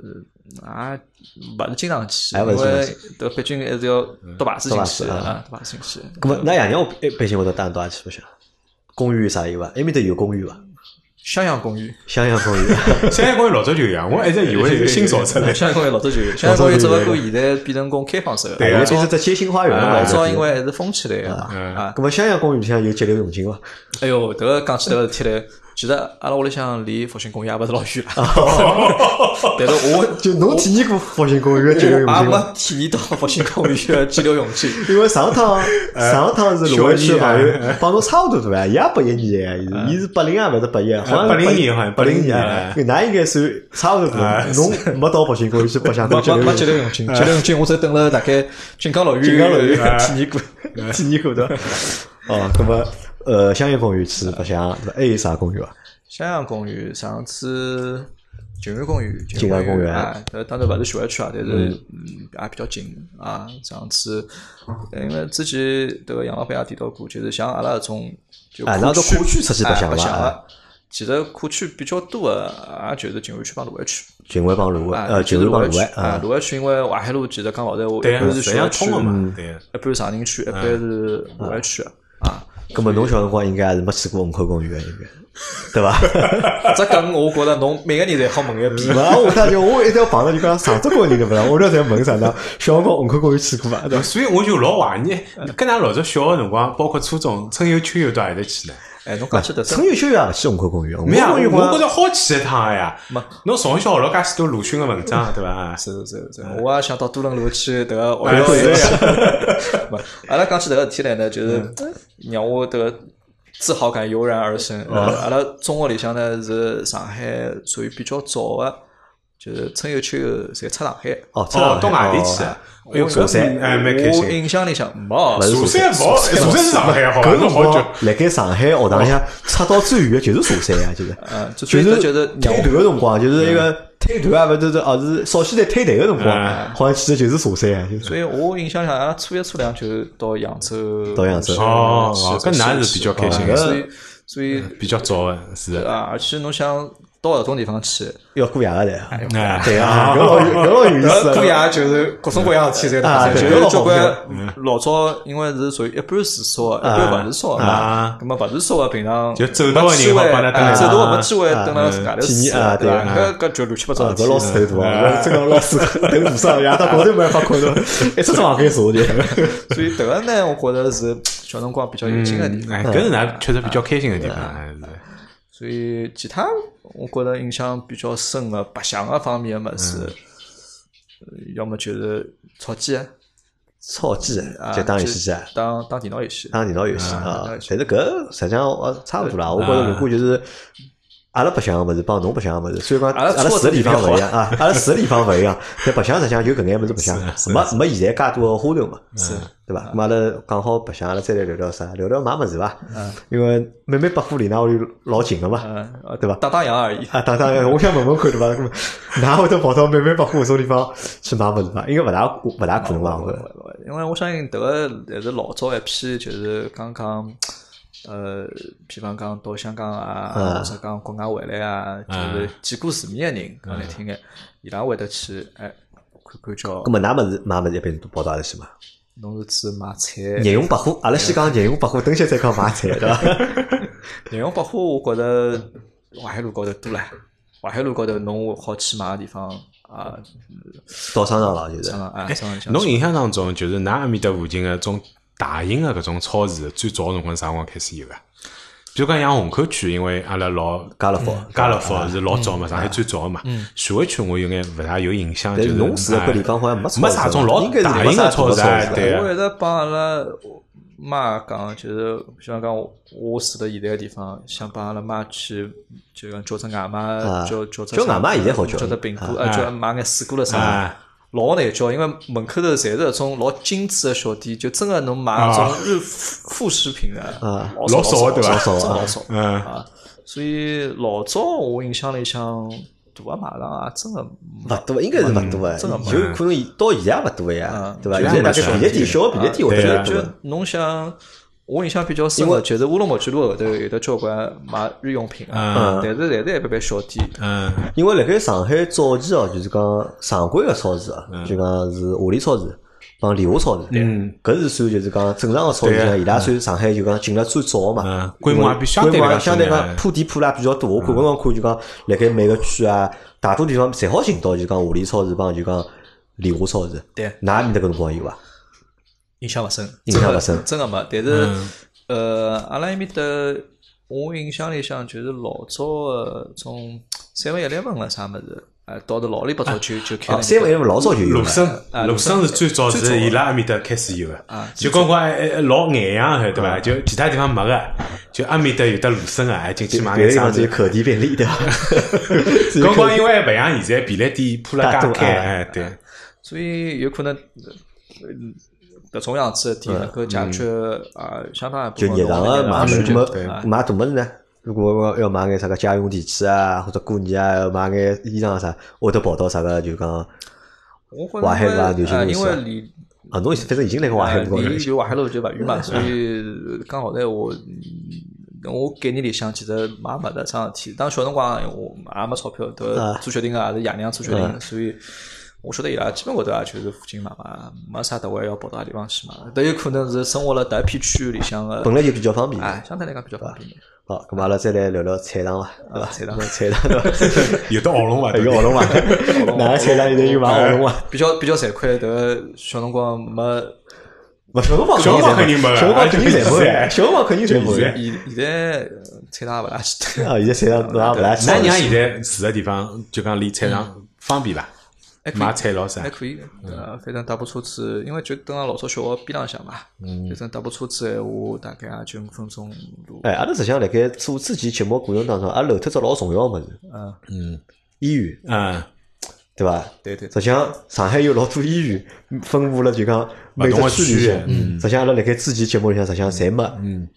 也勿是经常
勿是经常去，因为迭毕竟还是要搭牌子
搭
进
牌子
去
啊
啊，搭牌子进去。
咁么，那爷娘我一般性会得带侬到阿去白相？公园啥有伐？埃面搭有公园伐？
襄阳公园，
襄阳 公园。
三阳公园老早就有呀，我一直以为是新造出来 的。
襄阳公园老早就有，襄阳公园只不过现在变成公开放式的，
对啊
啊，
老
就
早
是只街心花园了嘛。
老早
有
啊因
的
为还是封起来个嘛，啊
地方，，咁么襄阳公园里向有激流勇进伐？
哎哟，迭个讲起迭个事体来，其实阿拉屋里向离复兴公园也勿是老远啦。但是我
就侬体验过复兴公园的激流勇
也
进伐？
没体验到复兴公园的激流勇进。
因为上 趟上趟是卢湾啊区的朋 友帮侬差勿多对伐？伊也八一年的，伊是八零啊，勿是八一啊，好像
80年好像
八零年
80
啊，㑚应该算差勿多对伐？侬没到复兴公园去白相
没
过激
没
流
没
勇进，
激流勇进，激流勇进我只等了大概锦江乐园，
锦江乐园
体验过。
体验过对伐？哦，咁么呃，襄阳公园去白相，对伐还有哎啥公园啊伐？
襄阳公园上次。景安公园，
景安公园
啊，呃，当然勿是徐汇区啊，但是嗯也比较近啊。上次，呃因为之前迭个杨老板也提到过，就是像阿拉搿种就
啊那都
区
跨区出去白
白
相了
相
啊
了。其实跨区比较多的，也就是静安区帮卢湾区
秦淮帮卢
啊
湾，，呃，
就
秦
是
淮帮
湾
卢
区
湾
啊
啊，，
卢湾区因为淮海路其实讲老实话，
对
一
呀
啊般，是
实际
徐汇
上
区
通，的嘛。嗯对啊呀，
一般是长宁区，一般是卢湾区
嗯
啊。
咁么侬小辰光应该还是没去过虹口公园的，应该对 伐？
这梗我觉着侬每个人侪好问一遍。
勿然我大就我一直要碰到就讲上周公园对勿啦？ 我这侪问啥呢？小辰光虹口公园去过伐？对伐？
所以我就老怀疑，跟㑚老早小个辰光，包括初中，春游、秋游到何里去呢？
哎，侬讲起迭只
春游休也去虹口公园，
没啊，我
虹口公园
觉
光
着好去一趟个呀
没。哦
侬从小学了介许多鲁迅个文章，对伐？
是是是是，我也想到多伦路去迭个
哎嗯
学
是
一学。 不，阿拉讲起迭个事体来呢，就是让我迭个自豪感油然而
啊
生。呃阿拉中学里向呢是上海属于比较早的，就是春游秋游侪出上海。
哦，出
哦
了，
到外地去
哦
啊？哎呦，搿
山
是哎蛮开
我
心。
印象里向没，啊
佘山勿，佘哎山是上海好伐？
搿辰
侬好久
光，辣盖上海学堂里向出到最远的就是佘山呀，就是
呃，就
就
所以
是
这就是
推团
让我
个辰光，就是
嗯
一个推团啊，勿是啊是少先在推队个辰光，好像去的就是佘山呀，就是
所以我印象里向阿拉初一初两就到扬州，
到扬州
去
哦
去
哦
去
搿㑚
去
是比较
去
开
心
啊
的
所以所以
比较早个，是的。
啊，而且侬想到搿种地方去，
要过夜个嘞。
哎，
对啊，搿老有搿老有意思
搿
啊。
夜就是各种各样的事体侪
啊
发
对
生，就是
搿
交
老
关
好
老早因为是属于一半是烧的，一半勿是烧的嘛
啊，
咁么勿是烧的平常
就走到的人好帮他登
哎
来
走到的没
啊
机会蹲辣外头
体验啊
试，
对
伐？
啊
搿搿就乱七八糟
啊
的事
搿
体。
老师头大
嗯
啊，真个老师头大上，夜到高头没办法困了， 一只床给 坐就。
所以迭个呢，我觉着是小辰光比较有劲个地
嗯
方。
哎，搿是㑚确实比较开心个地方。哎是
所以其他我觉着印象比较深个白相个方面个物事，
嗯
呃要么就是炒鸡啊，
操机
啊
就打游戏机啊。
当当电脑游戏。
打电脑游戏啊。但是搿实际上呃差勿多啦，我觉着
啊
如果就是。阿拉白相个物事帮侬白相个物事，虽然讲
阿
阿
拉
拉
错
住个
的
地
地方
方
好
勿一样啊，阿拉住个地方勿一样，但白相实际上就搿眼物事白相，没没现在介多个花头嘛，啊是啊对伐？咾阿拉讲好白相，阿拉再来聊聊啥？聊聊买物事伐？因为妹妹百货离㑚屋里老近个嘛，
嗯，呃
对吧
打打烊而已。
啊，当当然，我想问问看对伐？㑚会得跑到妹妹百货搿种地方去买物事伐？应该勿大勿大可能伐？我觉着
因为我相信迭个还是老早一批，就是刚刚呃，譬方讲到香港啊，
嗯
或者讲国外回来啊，就是见过世面的人，讲难听眼，伊拉会得去哎看看叫
咾，么㑚物事买物事一般都跑到阿拉去买？
侬是指买菜？
日用百货，阿拉先讲日用百货，等歇再讲买菜，对伐？
内容百货我觉着淮海路高头多唻，淮海路高头侬好去买个地方啊，
到商场了就是
商。场啊，商场里向
侬印象当中，就是㑚埃面搭附近个种大型个搿种超市，最早辰光啥辰光开始有啊？比如讲像虹口区，因为阿拉老
家乐福
家乐福是老早嘛，上海最早嘛。徐汇区我有眼勿大有印象，就
但
是
是侬住的搿地方好像没
哎没啥种老
应该是
大型
没啥
的
超
超
市
市
啊
啊，
对
对
我
啊。
一直帮阿拉妈讲，就是譬如讲，我住的现在个地方，想帮阿拉妈去，就讲叫只外卖
啊，
叫叫只
叫外卖现在好
叫
叫
只饼干，
啊
呃，叫买眼水果了啥
啊。
老难叫，因为门口头侪是那种老精致的小店，就真的能买那种日副副食品的，
啊
老
老
少
少对吧
真
老少啊
老少
嗯
啊。所以老早我印象里向，大个买场也真个
勿多，应该是勿多啊，
嗯真的没
有可能到现在也勿多呀
嗯，
对伐？
现
现
在
在大
没啥
概比例底，小比例底会
对
得
啊
多
对
就。侬想，我印象比较深个，就是乌鲁木齐路后头有得交关卖日用品
嗯
啊，但是侪是一般般小店。
嗯
因为辣盖上海早期哦，就是讲常规个超市啊，就讲是华联超市帮联华超市，
嗯，
搿是算就是讲正常个超市，
对啊
像伊拉算上海就讲进了最早个嘛
嗯，规模也
因为
比相对
规模
来
也
讲
相对
大
讲铺地铺啦比较
嗯
多。我看光光看就讲辣盖每个区啊，大多地方侪好寻到就讲华联超市帮就讲联华超市。
对
㑚面搭搿辰光有伐？
印象勿深，
印象勿深
真个没。但是，呃，阿拉埃面搭，我印象里向就是老早个种三万一来分了啥物事，啊，到头老里八早就就开
啊，
了。
三万一老早就有
陆
了。
生，
啊
陆生是最早
最早
是
的
伊拉埃面搭开始有的
啊，
就光光还还老眼样的，对伐？就其他地方没个，就埃面搭有得陆生啊，还进去买
别
眼
的地
啥
方只有
子。
口蹄便利对伐？只有
光
口
光因为勿像现在便利店铺了
大
介
众
开，
啊
哎，对，
所以有可能，呃搿种样子的店能够解决啊，相当一部
就
分
日常
的
个买物
需
事，
求
么
对啊
买大物事呢？如果要买眼啥个家用电器啊，或者过年啊，要买眼衣裳啥，会得跑到啥个就讲啊
我觉
淮海吧
着
流
因
行
为
路
啊，因
线
为离
啊，侬反正已经辣个淮海路高头
离
了。
呃就淮海路就勿远嘛，所以 讲老实闲话，嗯我概念里向其实买物事桩事体，当小辰光我也没钞票，都
啊
做决定个也是爷娘做决定的，所以。我晓得伊拉基本会得也就是附近买买，没啥特别要跑到啥地方去买。都有可能是生活了迭一片区域里向个，
本来就比较方便。
哎，相对来讲比较方便眼。
好，咁阿拉再来聊聊菜场伐？对伐？
菜场
菜 场对伐？
有得奥龙伐？
还有
对
奥龙伐？ 哪个菜场有得有买啊奥龙伐？
比较比较惭愧，迭个小辰光没，
勿，小辰光
小辰光肯定没
小辰光肯定侪没
哎
有，小辰光肯定侪
就
没
现
有
在。
现现在呃菜场也勿大去得。
啊，现在菜场侬也勿大去
㑚娘现在住个地方，就讲离菜场方便伐？
嗯
买菜咯啥
哎
还？哎可以，呃，反正打部车子，因为就等了老早小学边浪向嘛，
嗯
反正打部车子闲话，大概啊也就五分钟路。
哎，阿拉实际上辣盖做之前节目过程当中，阿拉漏脱只老重要个物事，
嗯，
医院，
嗯，
对伐？
对对，对
实际上，上海有老多医院分布了，就讲每
同
个
的
区里
区
向
域。嗯
实际上，阿拉辣盖之前节目里向，实际上侪没，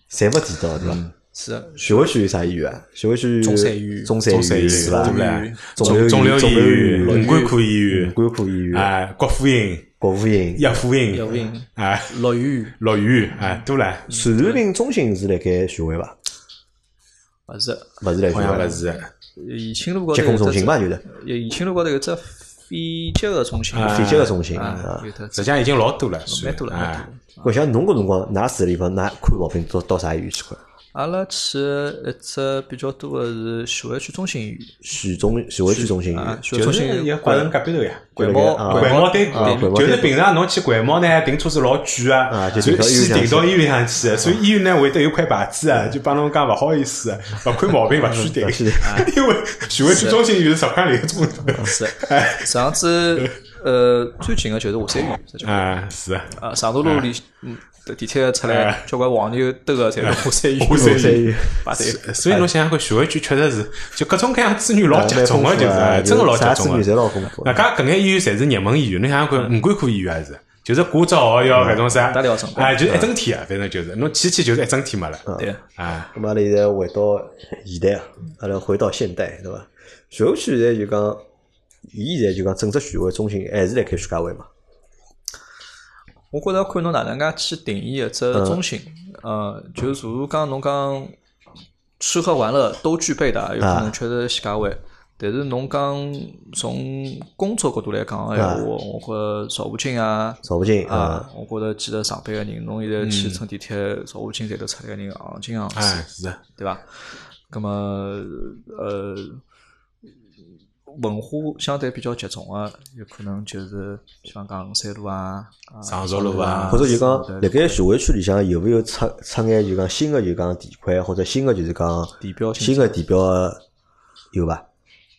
侪没提到，对伐？
是的
徐汇区有啥医院啊？徐汇区
中山医院
中
嗯
山
中山医
院
院
是嗯
对
伐
不？
吧
啦？
肿
肿
瘤
瘤
医
医
院
院、五官科医院、
关谷医院、
哎，国富银、
国务院、
叶富银、
叶富银
哎，
乐园
乐园，哎，都来，
传染病中心是辣盖徐汇伐？
好像勿是，
勿是辣盖徐汇，
勿是，延庆路高头
疾
有
控
只
中心嘛，就是
延庆路高头有只肺结核中心，
哎
肺结核中心
啊
啊，。
有得
实际上已经老多了，算
蛮多了，蛮多
哎
了。。
我想侬搿辰光，㑚住个地方，㑚看毛病到到啥医院去看？
阿拉去一只比较多的是徐汇区中心医院，
徐中徐汇区中心医
啊
院，，
徐汇
就
中
是
心医
也
院
挂人隔壁头呀，
就
环
那
保
个啊
环保单
啊环保
就是
单
平常侬去环保呢，停车子老贵
啊
啊，
就
所
停
以
到医院
先停到医院上去，
上啊
所以医院呢会得有块牌子啊，就帮侬讲勿好意思，啊勿看毛病勿许停
嗯勿许停，
因为徐汇区中心医院是十块两个钟头，
是。上次呃最近的就是华山医院，实际上
啊是，
啊，上头路里，嗯，地铁出来，交关黄牛兜个，侪是华山医院，
华
中山医院。
排队。
所以侬想想看，徐汇区确实是就各种各样资源老集中个，
啊哎蛮丰富
就是
啊
哎真个老集
啥资
中
源
个。
侪老丰富
外
啊。
加搿眼医院侪是热门医院，侬想想看，五官科医院也是，就是挂只号要搿种啥
打吊针，
哎，
嗯
就是一整天啊，反正就是侬去去就是一整天没了，
对，
啊，
咁阿拉现在回到现代啊，阿拉回到现代，对伐？徐汇区现在就讲，伊现在就讲整只徐汇中心还是辣开徐家汇嘛，
我觉着看侬哪能介去定义一
嗯
只中心，呃，就如果讲侬讲吃喝玩乐都具备的，有
啊
可能确实是价位。但是侬讲从工作角度来讲个闲
啊
话，我觉着邵武进啊，
邵武进
啊
啊，，
我觉着记得上班个人，侬现在去乘地铁，邵武进侪头出来个人行进行市
哎，是啊，
对伐？咁么呃，文化相对比较集中个，有可能就是像讲五三路啊、啊
常熟路啊
或者就
对
讲辣盖徐汇区里向有没有出出眼就讲新个就讲地块，或者新个就是讲
地标性
新个地标有伐？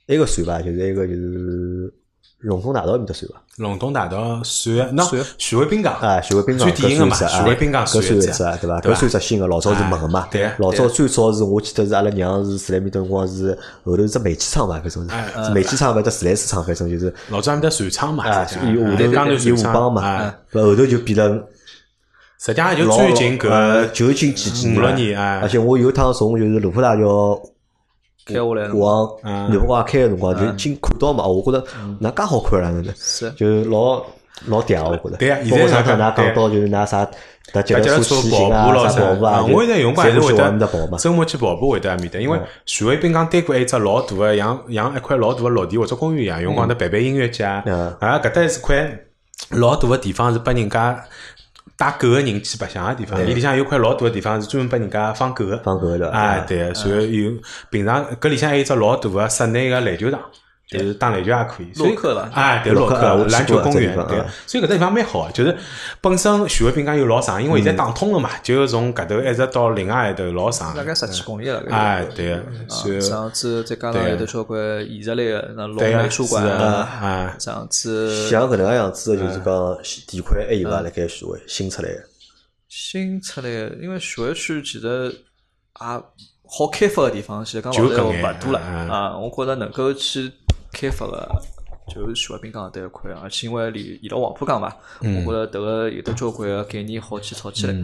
一个算伐，就是一个就是龙东大道面搭算伐？
龙东大道算，
算
喏，徐汇滨江
啊，徐汇滨江
最典型的嘛，
搿算一只啊
徐汇滨江
搿
算
算
一
一
只
只啊，对伐？
对
搿
吧
算一只新个，老早是没个嘛。
对啊
老早最早是我记得是阿拉娘是住辣埃面搭辰光是后头是煤气厂嘛，反正
哎
是煤气厂勿得自来水厂，反正就是
老早埃面搭船厂嘛，
啊，
实际上
有
哎
下
江
头
南
有
船
河
厂
浜嘛
哎，
勿后头就变了
实际上也就
老
最近搿
呃就近几几
五
年
六
了
年哎
而且我有趟从就是卢浦大桥
开下来的辰光
往
啊
南华开个辰光，就经看到嘛，我觉着
嗯
哪介好看了呢？
是
就是老老嗲，我觉着。
对啊现
包
在
括上趟
哪
㑚
能
讲到就是㑚啥搭脚
大家
车
的
骑
车
行
跑
啊，
步咯
啥跑步啊，
啊，我现在用光还是
侪
会
喜欢的跑嘛嗯
得。周末去跑步会得埃面搭，因为徐汇滨江对过一只老大个，像像一块老大个绿地或者公园一样，用光得办办音乐节啊
嗯，
啊，搿搭是块老大个地方是拨人家带狗个人去白相个地方，伊里向有块老大个地方是专门拨人家放狗个。
放狗的
啊，对，所以有平常搿里向还有一只老大个室内个篮球场，就是打篮球也可以。所以
洛克了
啊，对，
洛
洛
克啊我
克
去
篮球
过
公
这
园
地方，
对
啊，
所以搿搭地方蛮好个，就是本身徐汇滨江又老长，因
嗯
为现在打通了嘛，就从搿头一直到另外一头老长
大。概十几公里了。大概
哎，对，所以
啊，上次再加上
对
有得交关艺术类的，那龙
对啊，
美术
是
馆
的
啊，
嗯
啊，
上次
像搿能个样子的，就是讲地块还
啊
有伐？啊辣盖徐汇新出来的，
新出来的，因为徐汇区其实也好开发的地方，其实讲
就
老实
搿
话
眼
勿多了
嗯
啊。我觉着能够去开发的，就是徐汇滨江搿一块，而且因为离沿牢黄浦江嘛，
嗯
我觉着迭个有得交关个概念好去炒起来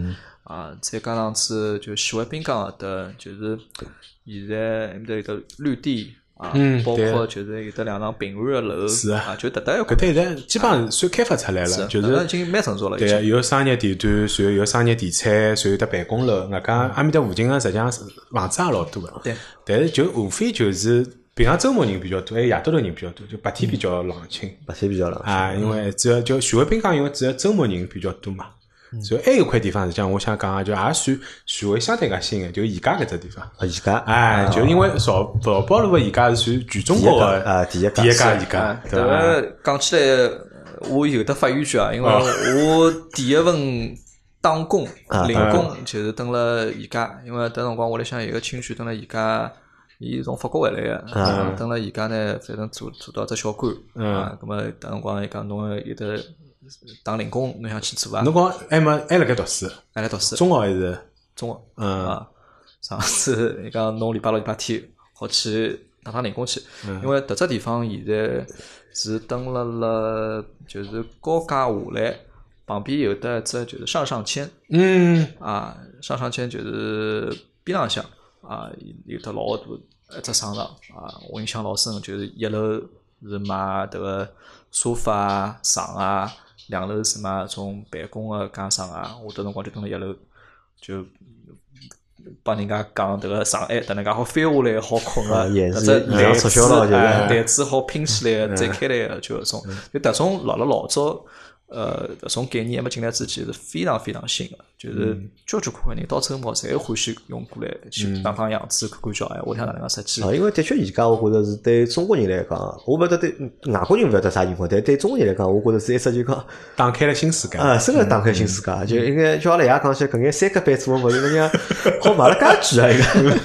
啊。再加上次就徐汇滨江搿搭，就是现在埃面搭有得绿地。啊，
嗯
包
对
括就是有得两幢平安的楼，
是啊
啊，就迭搭一
搿
块
搭现在基本上算开发出来了，就
迭搭
是
已。经蛮成熟了，已经
对，啊有商业地段，然后有商业地产，然后有得办公楼。外加阿面搭附近个实际上是房子也老多个。
对
但是就无非就是平常周末人比较多，还有哎夜到头人比较多，就白天比较冷清
白天比较冷。
啊。因为只要就徐汇滨江，因为只要周末人比较多嘛。
嗯
所以还有一块地方，实际上我想讲啊，就也算徐汇相对较新个，就宜家搿只地方。
啊，宜家
哎，就因为潮潮宝路个宜家是算全中国
第一家
个
啊第一家
第一家
是
宜家
啊，
对
迭
伐？
个讲起来，呃我有得发言权啊，因为
哦
我第一份打工
啊
零工就是蹲了宜家，因为迭辰光屋里向有个亲戚蹲了宜家，伊从法国回来个，蹲了宜家呢，反正做做到只小官，
啊嗯
啊，咁么迭辰光伊讲侬有得打零工，侬想去做伐？
侬讲还没还辣盖读书，
还来读书，
中学还是
中学。
嗯
啊，上次伊讲侬礼拜六、礼拜天好去打打零工去，因为迭只地方现在是登了了，就是高架下来旁边有得一只就是上上签
嗯
啊，上上签就是边浪向啊有得老大一只商场啊，我印象老深，就是一楼是卖迭个沙发啊、床啊，两楼是卖种办公个家床啊，我迭辰光就蹲辣一楼就。帮人家讲迭个上海，迭能介好翻下来，好困
啊
个，
也
搿
是
只
也是促销了就是嗯
哎台子好拼起来个，再开来个，就搿种，就迭种老了老早，呃，搿种概念还没进来之前是非常非常新个，就是交交关关人到周末侪欢喜用过来去打打样子，看看叫哎，屋里向哪能介设计
啊，因为的确宜家，我觉着是对中国人来讲，我勿晓得对外国人勿晓得啥情况，但对中国人来讲，我觉着是一只就讲
打开了新世界。
啊，真个打开新世界，就应该叫阿拉爷讲起来，搿眼三格板做个物事，人家好买了介贵啊，应该。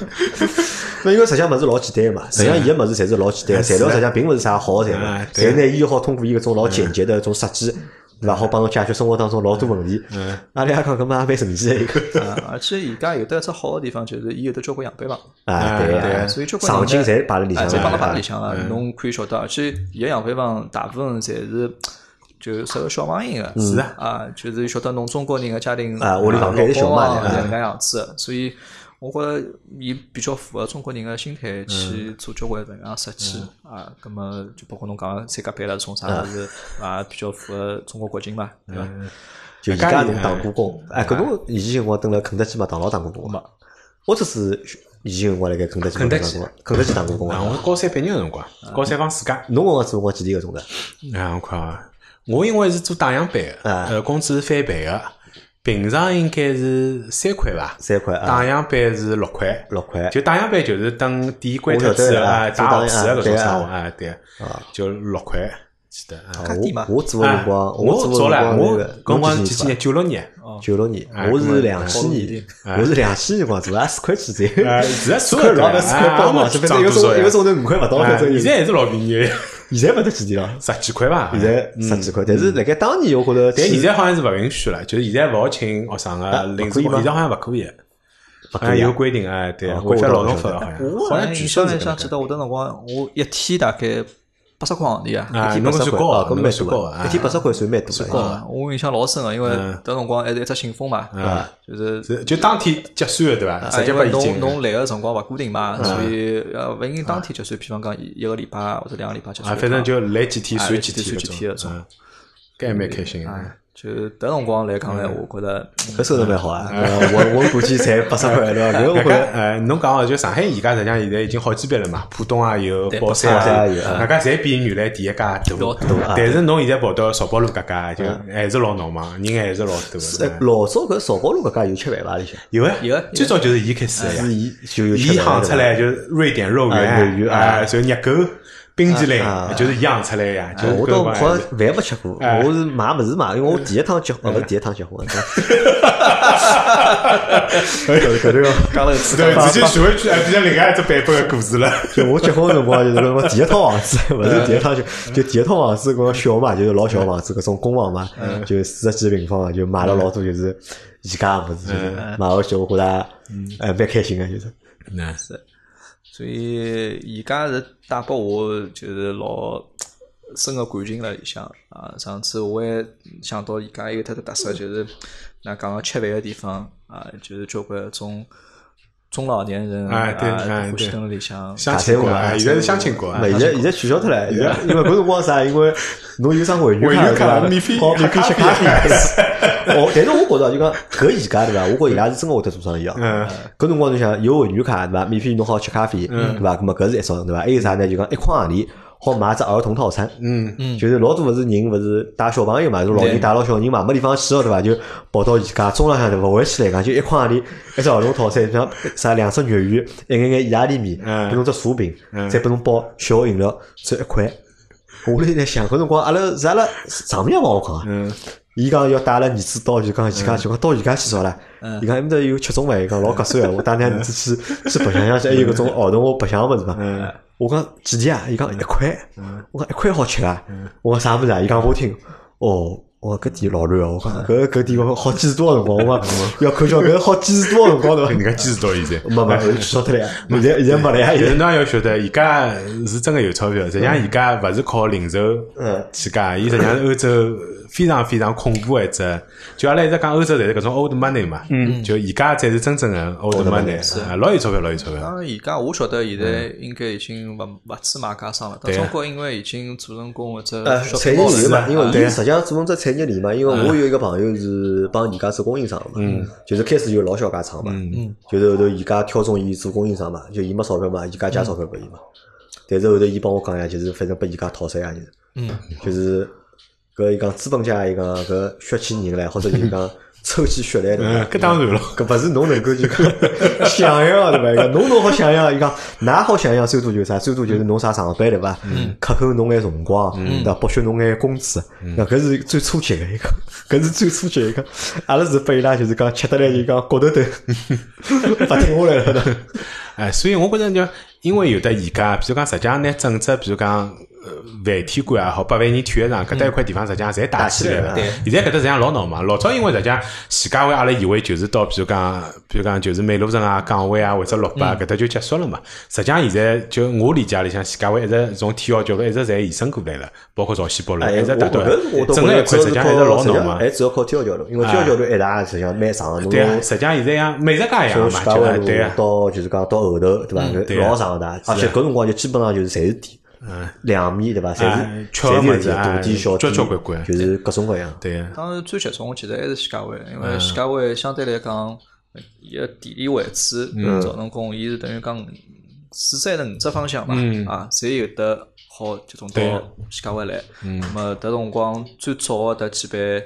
那因为实际上物事老简单嘛，实际上伊个物事侪是老简单，材料实际上并勿是啥好的材料
哎，
但
对
呢，伊好通过伊搿种老简洁的搿种设计，对伐？好帮侬解决生活当中老多问题。阿拉爷讲搿么也蛮神奇的一个
啊。而且现在有得一只好个地方，就是伊有得交关样板房。
啊，
哎
对
对
啊
啊
所以交关
场景
人呢
侪摆辣里向
哎，侪摆辣摆
啊
辣里向了，侬可以晓得，而且伊个样板房大部分侪是就适合小朋友个，是
啊
啊，就是晓得侬中国人个家庭
啊屋里房间是
是
小嘛对吧
能介样子的，所以我觉着伊比较符合中国人个心态去做交关搿能样设计啊，葛么就包括侬讲个三角板啦，种啥物事啊，比较符合中国国情嘛，对伐？
就宜家侬打过工，哎，搿侬以前辰光蹲辣肯德基麦当劳打过工嘛？我只是以前辰光辣盖肯德基麦当劳打过工，肯德基打过工
啊，
啊。
我高三毕业个辰光，高三放暑假，
侬辰光做辰光几钿个钟头？
啊，我看啊，我因为是做打样板的，
啊
呃，工资是翻倍个，平常应该是三块伐，
三块啊，
打样板是六块，
六块
就打样板就是等电关
我
脱
晓得
之后
啊
啊，
做
打
打
盒子
样
个搿种
对啊
生活啊，对，就六块，记得啊。
啊
低嘛
我我做个辰光，
啊我
做
早
个辰
了，
光
我搿辰光
那个侬
几
几
几年？九六年，
九六年，
哎
我是
搿
两千年，我是两千年辰光做，也四块几左
啊
右。
现在四
四块
块
六
多
嘛，四块八嘛，
啊
就反正一个
涨多
钟
少呀
一个钟头五块勿到，
啊
反正
现在还是老便宜，
现在勿得几钿了，
十几块伐？
现在十几块。但是辣盖当年，我觉着，
嗯但现在好像是勿允许了，就是现在勿好请学生个临
啊可
时
以
工，
吗
现在好像勿可以。
勿可
啊，
以啊
有规定啊，对
啊
啊，违反
我
劳
倒
动
是
法
觉得
好像，啊
我
好像
印
据
象
说
里
是
向
搿
记
能介。
得，我迭辰光我一天大概八十块行钿啊，
啊，
一天
侬
八
搿算
十块，
高
哦
啊，
搿
侬
蛮
搿算
多
高
的
啊，
一天八十块算蛮多的。
高啊！我印象老深个，因为
嗯
搿辰光还是一只信封嘛，对伐？就是
是就当天结算的对伐？
啊
嗯直接
因
拨
为
伊进
侬。侬来个辰光勿固定
嗯
嘛，所以呃勿一定当天结算，比方讲一一个礼拜或者两个礼拜结
啊，
算。
反正就来几天
啊
算
来
几
几天算几
天搿
天搿
种，
种
嗯搿还蛮开心的。
哎
啊，就搿辰光来讲呢，
嗯
我觉嗯着
搿收入蛮好啊！
哎
我我估计才八十块对伐？搿我
搿
觉
个
着
呃，侬讲哦，就上海伊家实际上现在已经好几爿了嘛，浦东也有，宝
宝山
山
也
也
有
有，
啊
外加侪比原来第一家大
要大
啊嗯
但是侬现在跑到漕宝路搿家，就还是老闹忙，人还是老多
哎
的。
老早搿漕宝路搿家有吃饭伐？里向
有啊，
有啊
最早就是伊开始的呀
是。伊就啊有吃
哎伊
饭
行出来就是瑞典肉
啊
圆，
肉圆啊
啊，就热狗、冰淇淋
啊啊，啊
就是伊行出来呀。就是
我
搿辰
倒
光
好
还
像
是
饭没吃过，
哎
我是买物事嘛，因为我第一趟结婚，勿是第一趟结婚，搿头
讲了一 次
对，
八
直接徐汇区哎，变成另外一只版本的故事了。
就我结婚个辰光就是说，我第一套房子，勿是第一趟就就第一套房子，搿种小嘛，就是老小房子，搿种公房嘛，就四十几平方，啊就买了老多就是宜家物事，就是买回去我觉着哎蛮开心个，就是
那
所以伊家是带拨我就是老深个感情辣里向啊。上次我还想到伊家有特特特
嗯
色，就是那讲个吃饭个地方啊，就是交关种中老年人
哎对哎
欢喜
对
蹲辣里 向。
相亲
打
过，
三胡
哎，现在是相亲过，
那现在现在取消脱了，现在因为搿辰光啥？因为侬有张会员
会员
对
卡
伐？
免费
好免费
喝
吃
咖
咖
啡
啡。 哦，但是我觉着就讲搿伊家对伐？我觉伊拉是真个会得做生意哦。
嗯
搿辰光侬想有会员卡对伐？免费侬好吃咖啡
嗯
对伐？搿么搿是一种对伐？还有啥呢？就讲一块行钿好买只儿童套餐。
嗯，
就是老多勿是人勿是带小朋友嘛，就老人带牢小人嘛，没地方去哦，对伐？就跑到伊家哎中浪向对勿回去来讲，就一筐里一只儿童套餐，像啥两只肉圆，一眼眼意大利面，
嗯
拨侬只薯饼，再拨侬包小饮料，只有一块。我辣在想，搿辰光阿拉是阿拉丈母娘帮我讲啊，
嗯，
伊讲要带阿拉儿子到就讲伊家就讲到伊家去做啦。
嗯
伊讲埃面搭有吃中饭，伊讲老合算个，我带㑚儿子去去白相相去，还有搿种儿童个白相物事嘛。
嗯
我讲几钿啊？伊讲一块。我讲一块好吃啊。我讲啥物事啊？伊讲拨我听。哦，我讲搿店老乱哦。我讲搿搿店我好坚持多少辰光？我讲要看叫搿好坚持多少辰 光对伐？
人家坚持到现在。
没没，我就取消脱了呀。现在现在没了呀。
但
现在
是侬也要晓得，伊家是真个有钞票，实际上伊家勿是靠零售
嗯
起家，伊实际上是欧洲非常非常恐怖的一只。就阿拉一直讲欧洲侪是搿种 old money 嘛，就伊家才是真正的嗯 old money，啊老有钞票，老有钞票。
当然，伊家我晓得现在应该已经勿勿止买家商了，但
嗯对啊
中国因为已经做成功或者
呃，产业
shopping mall 了
链嘛，因为
对
伊实际上做成只产业链嘛，因为
啊
我有一个朋友是帮伊家做供应商的嘛，
嗯
就是开始有老小家厂嘛，就是后头伊家挑中伊做供应商嘛，就伊没钞票嘛，伊家借钞票拨伊嘛，但是后头伊帮我讲呀，就是反正拨伊家讨债啊，就是，
嗯
就是搿伊讲资本家伊讲搿血起人来，或者就讲抽起血来
嗯
对，伐
搿？当然了，
搿勿是侬能够就讲 想象的对伐？伊讲侬侬好想象，伊讲㑚好想象，最多就是啥？最多就是侬啥上班对伐？
嗯
克扣侬眼辰光，对伐？剥削侬眼工资，
嗯
那搿是最初级的一个， 搿是最初级的一个。阿拉是被伊拉就是讲吃得来就讲骨 头头勿停下来了的。
哎，所以我觉着就因为有的宜家，比如讲实际上拿整只，比如讲呃饭天馆也好，百万人体育场搿搭一块地方，实际上侪打起来了
打起来。
现在搿搭实际上老闹忙，老早因为实际上徐家汇阿拉以为就是到，比如讲，比如讲就是美路城啊、港湾啊或者六八
嗯
啊搿搭就结束了嘛。实际上现在就我理解里向，徐家汇一直从体育交关一直侪延伸过来了，包括朝鲜北路
哎，
一
我
直
觉
达到
得我都
整
觉
个一
得
块
主要
实际
是
上还是
靠
老
实际
闹
上
忙
还。哎主要靠体育桥头，因为体育桥头一带实际上蛮长的，侬
对啊，
从
实际上现在像美食街一样
从
嘛，
徐家
就
汇
是对
路
啊，
到就是讲到后头对伐？
对
搿
啊嗯
老长的，而且搿辰光就基本上就是侪是店，两面对伐？侪
哎
是
吃的
侪是有
物事
店，大
哎
店小
交
店，
交关关
就是各种各样。
对啊。
当然最集中，我其实还是徐家汇，因为
嗯
徐家汇相对来讲，伊个地理位置
嗯
造成功，伊是等于讲四站的五只方向嘛，
嗯
啊，侪有得好集中到
对
徐家汇来。
嗯
那么搿辰光最早的几爿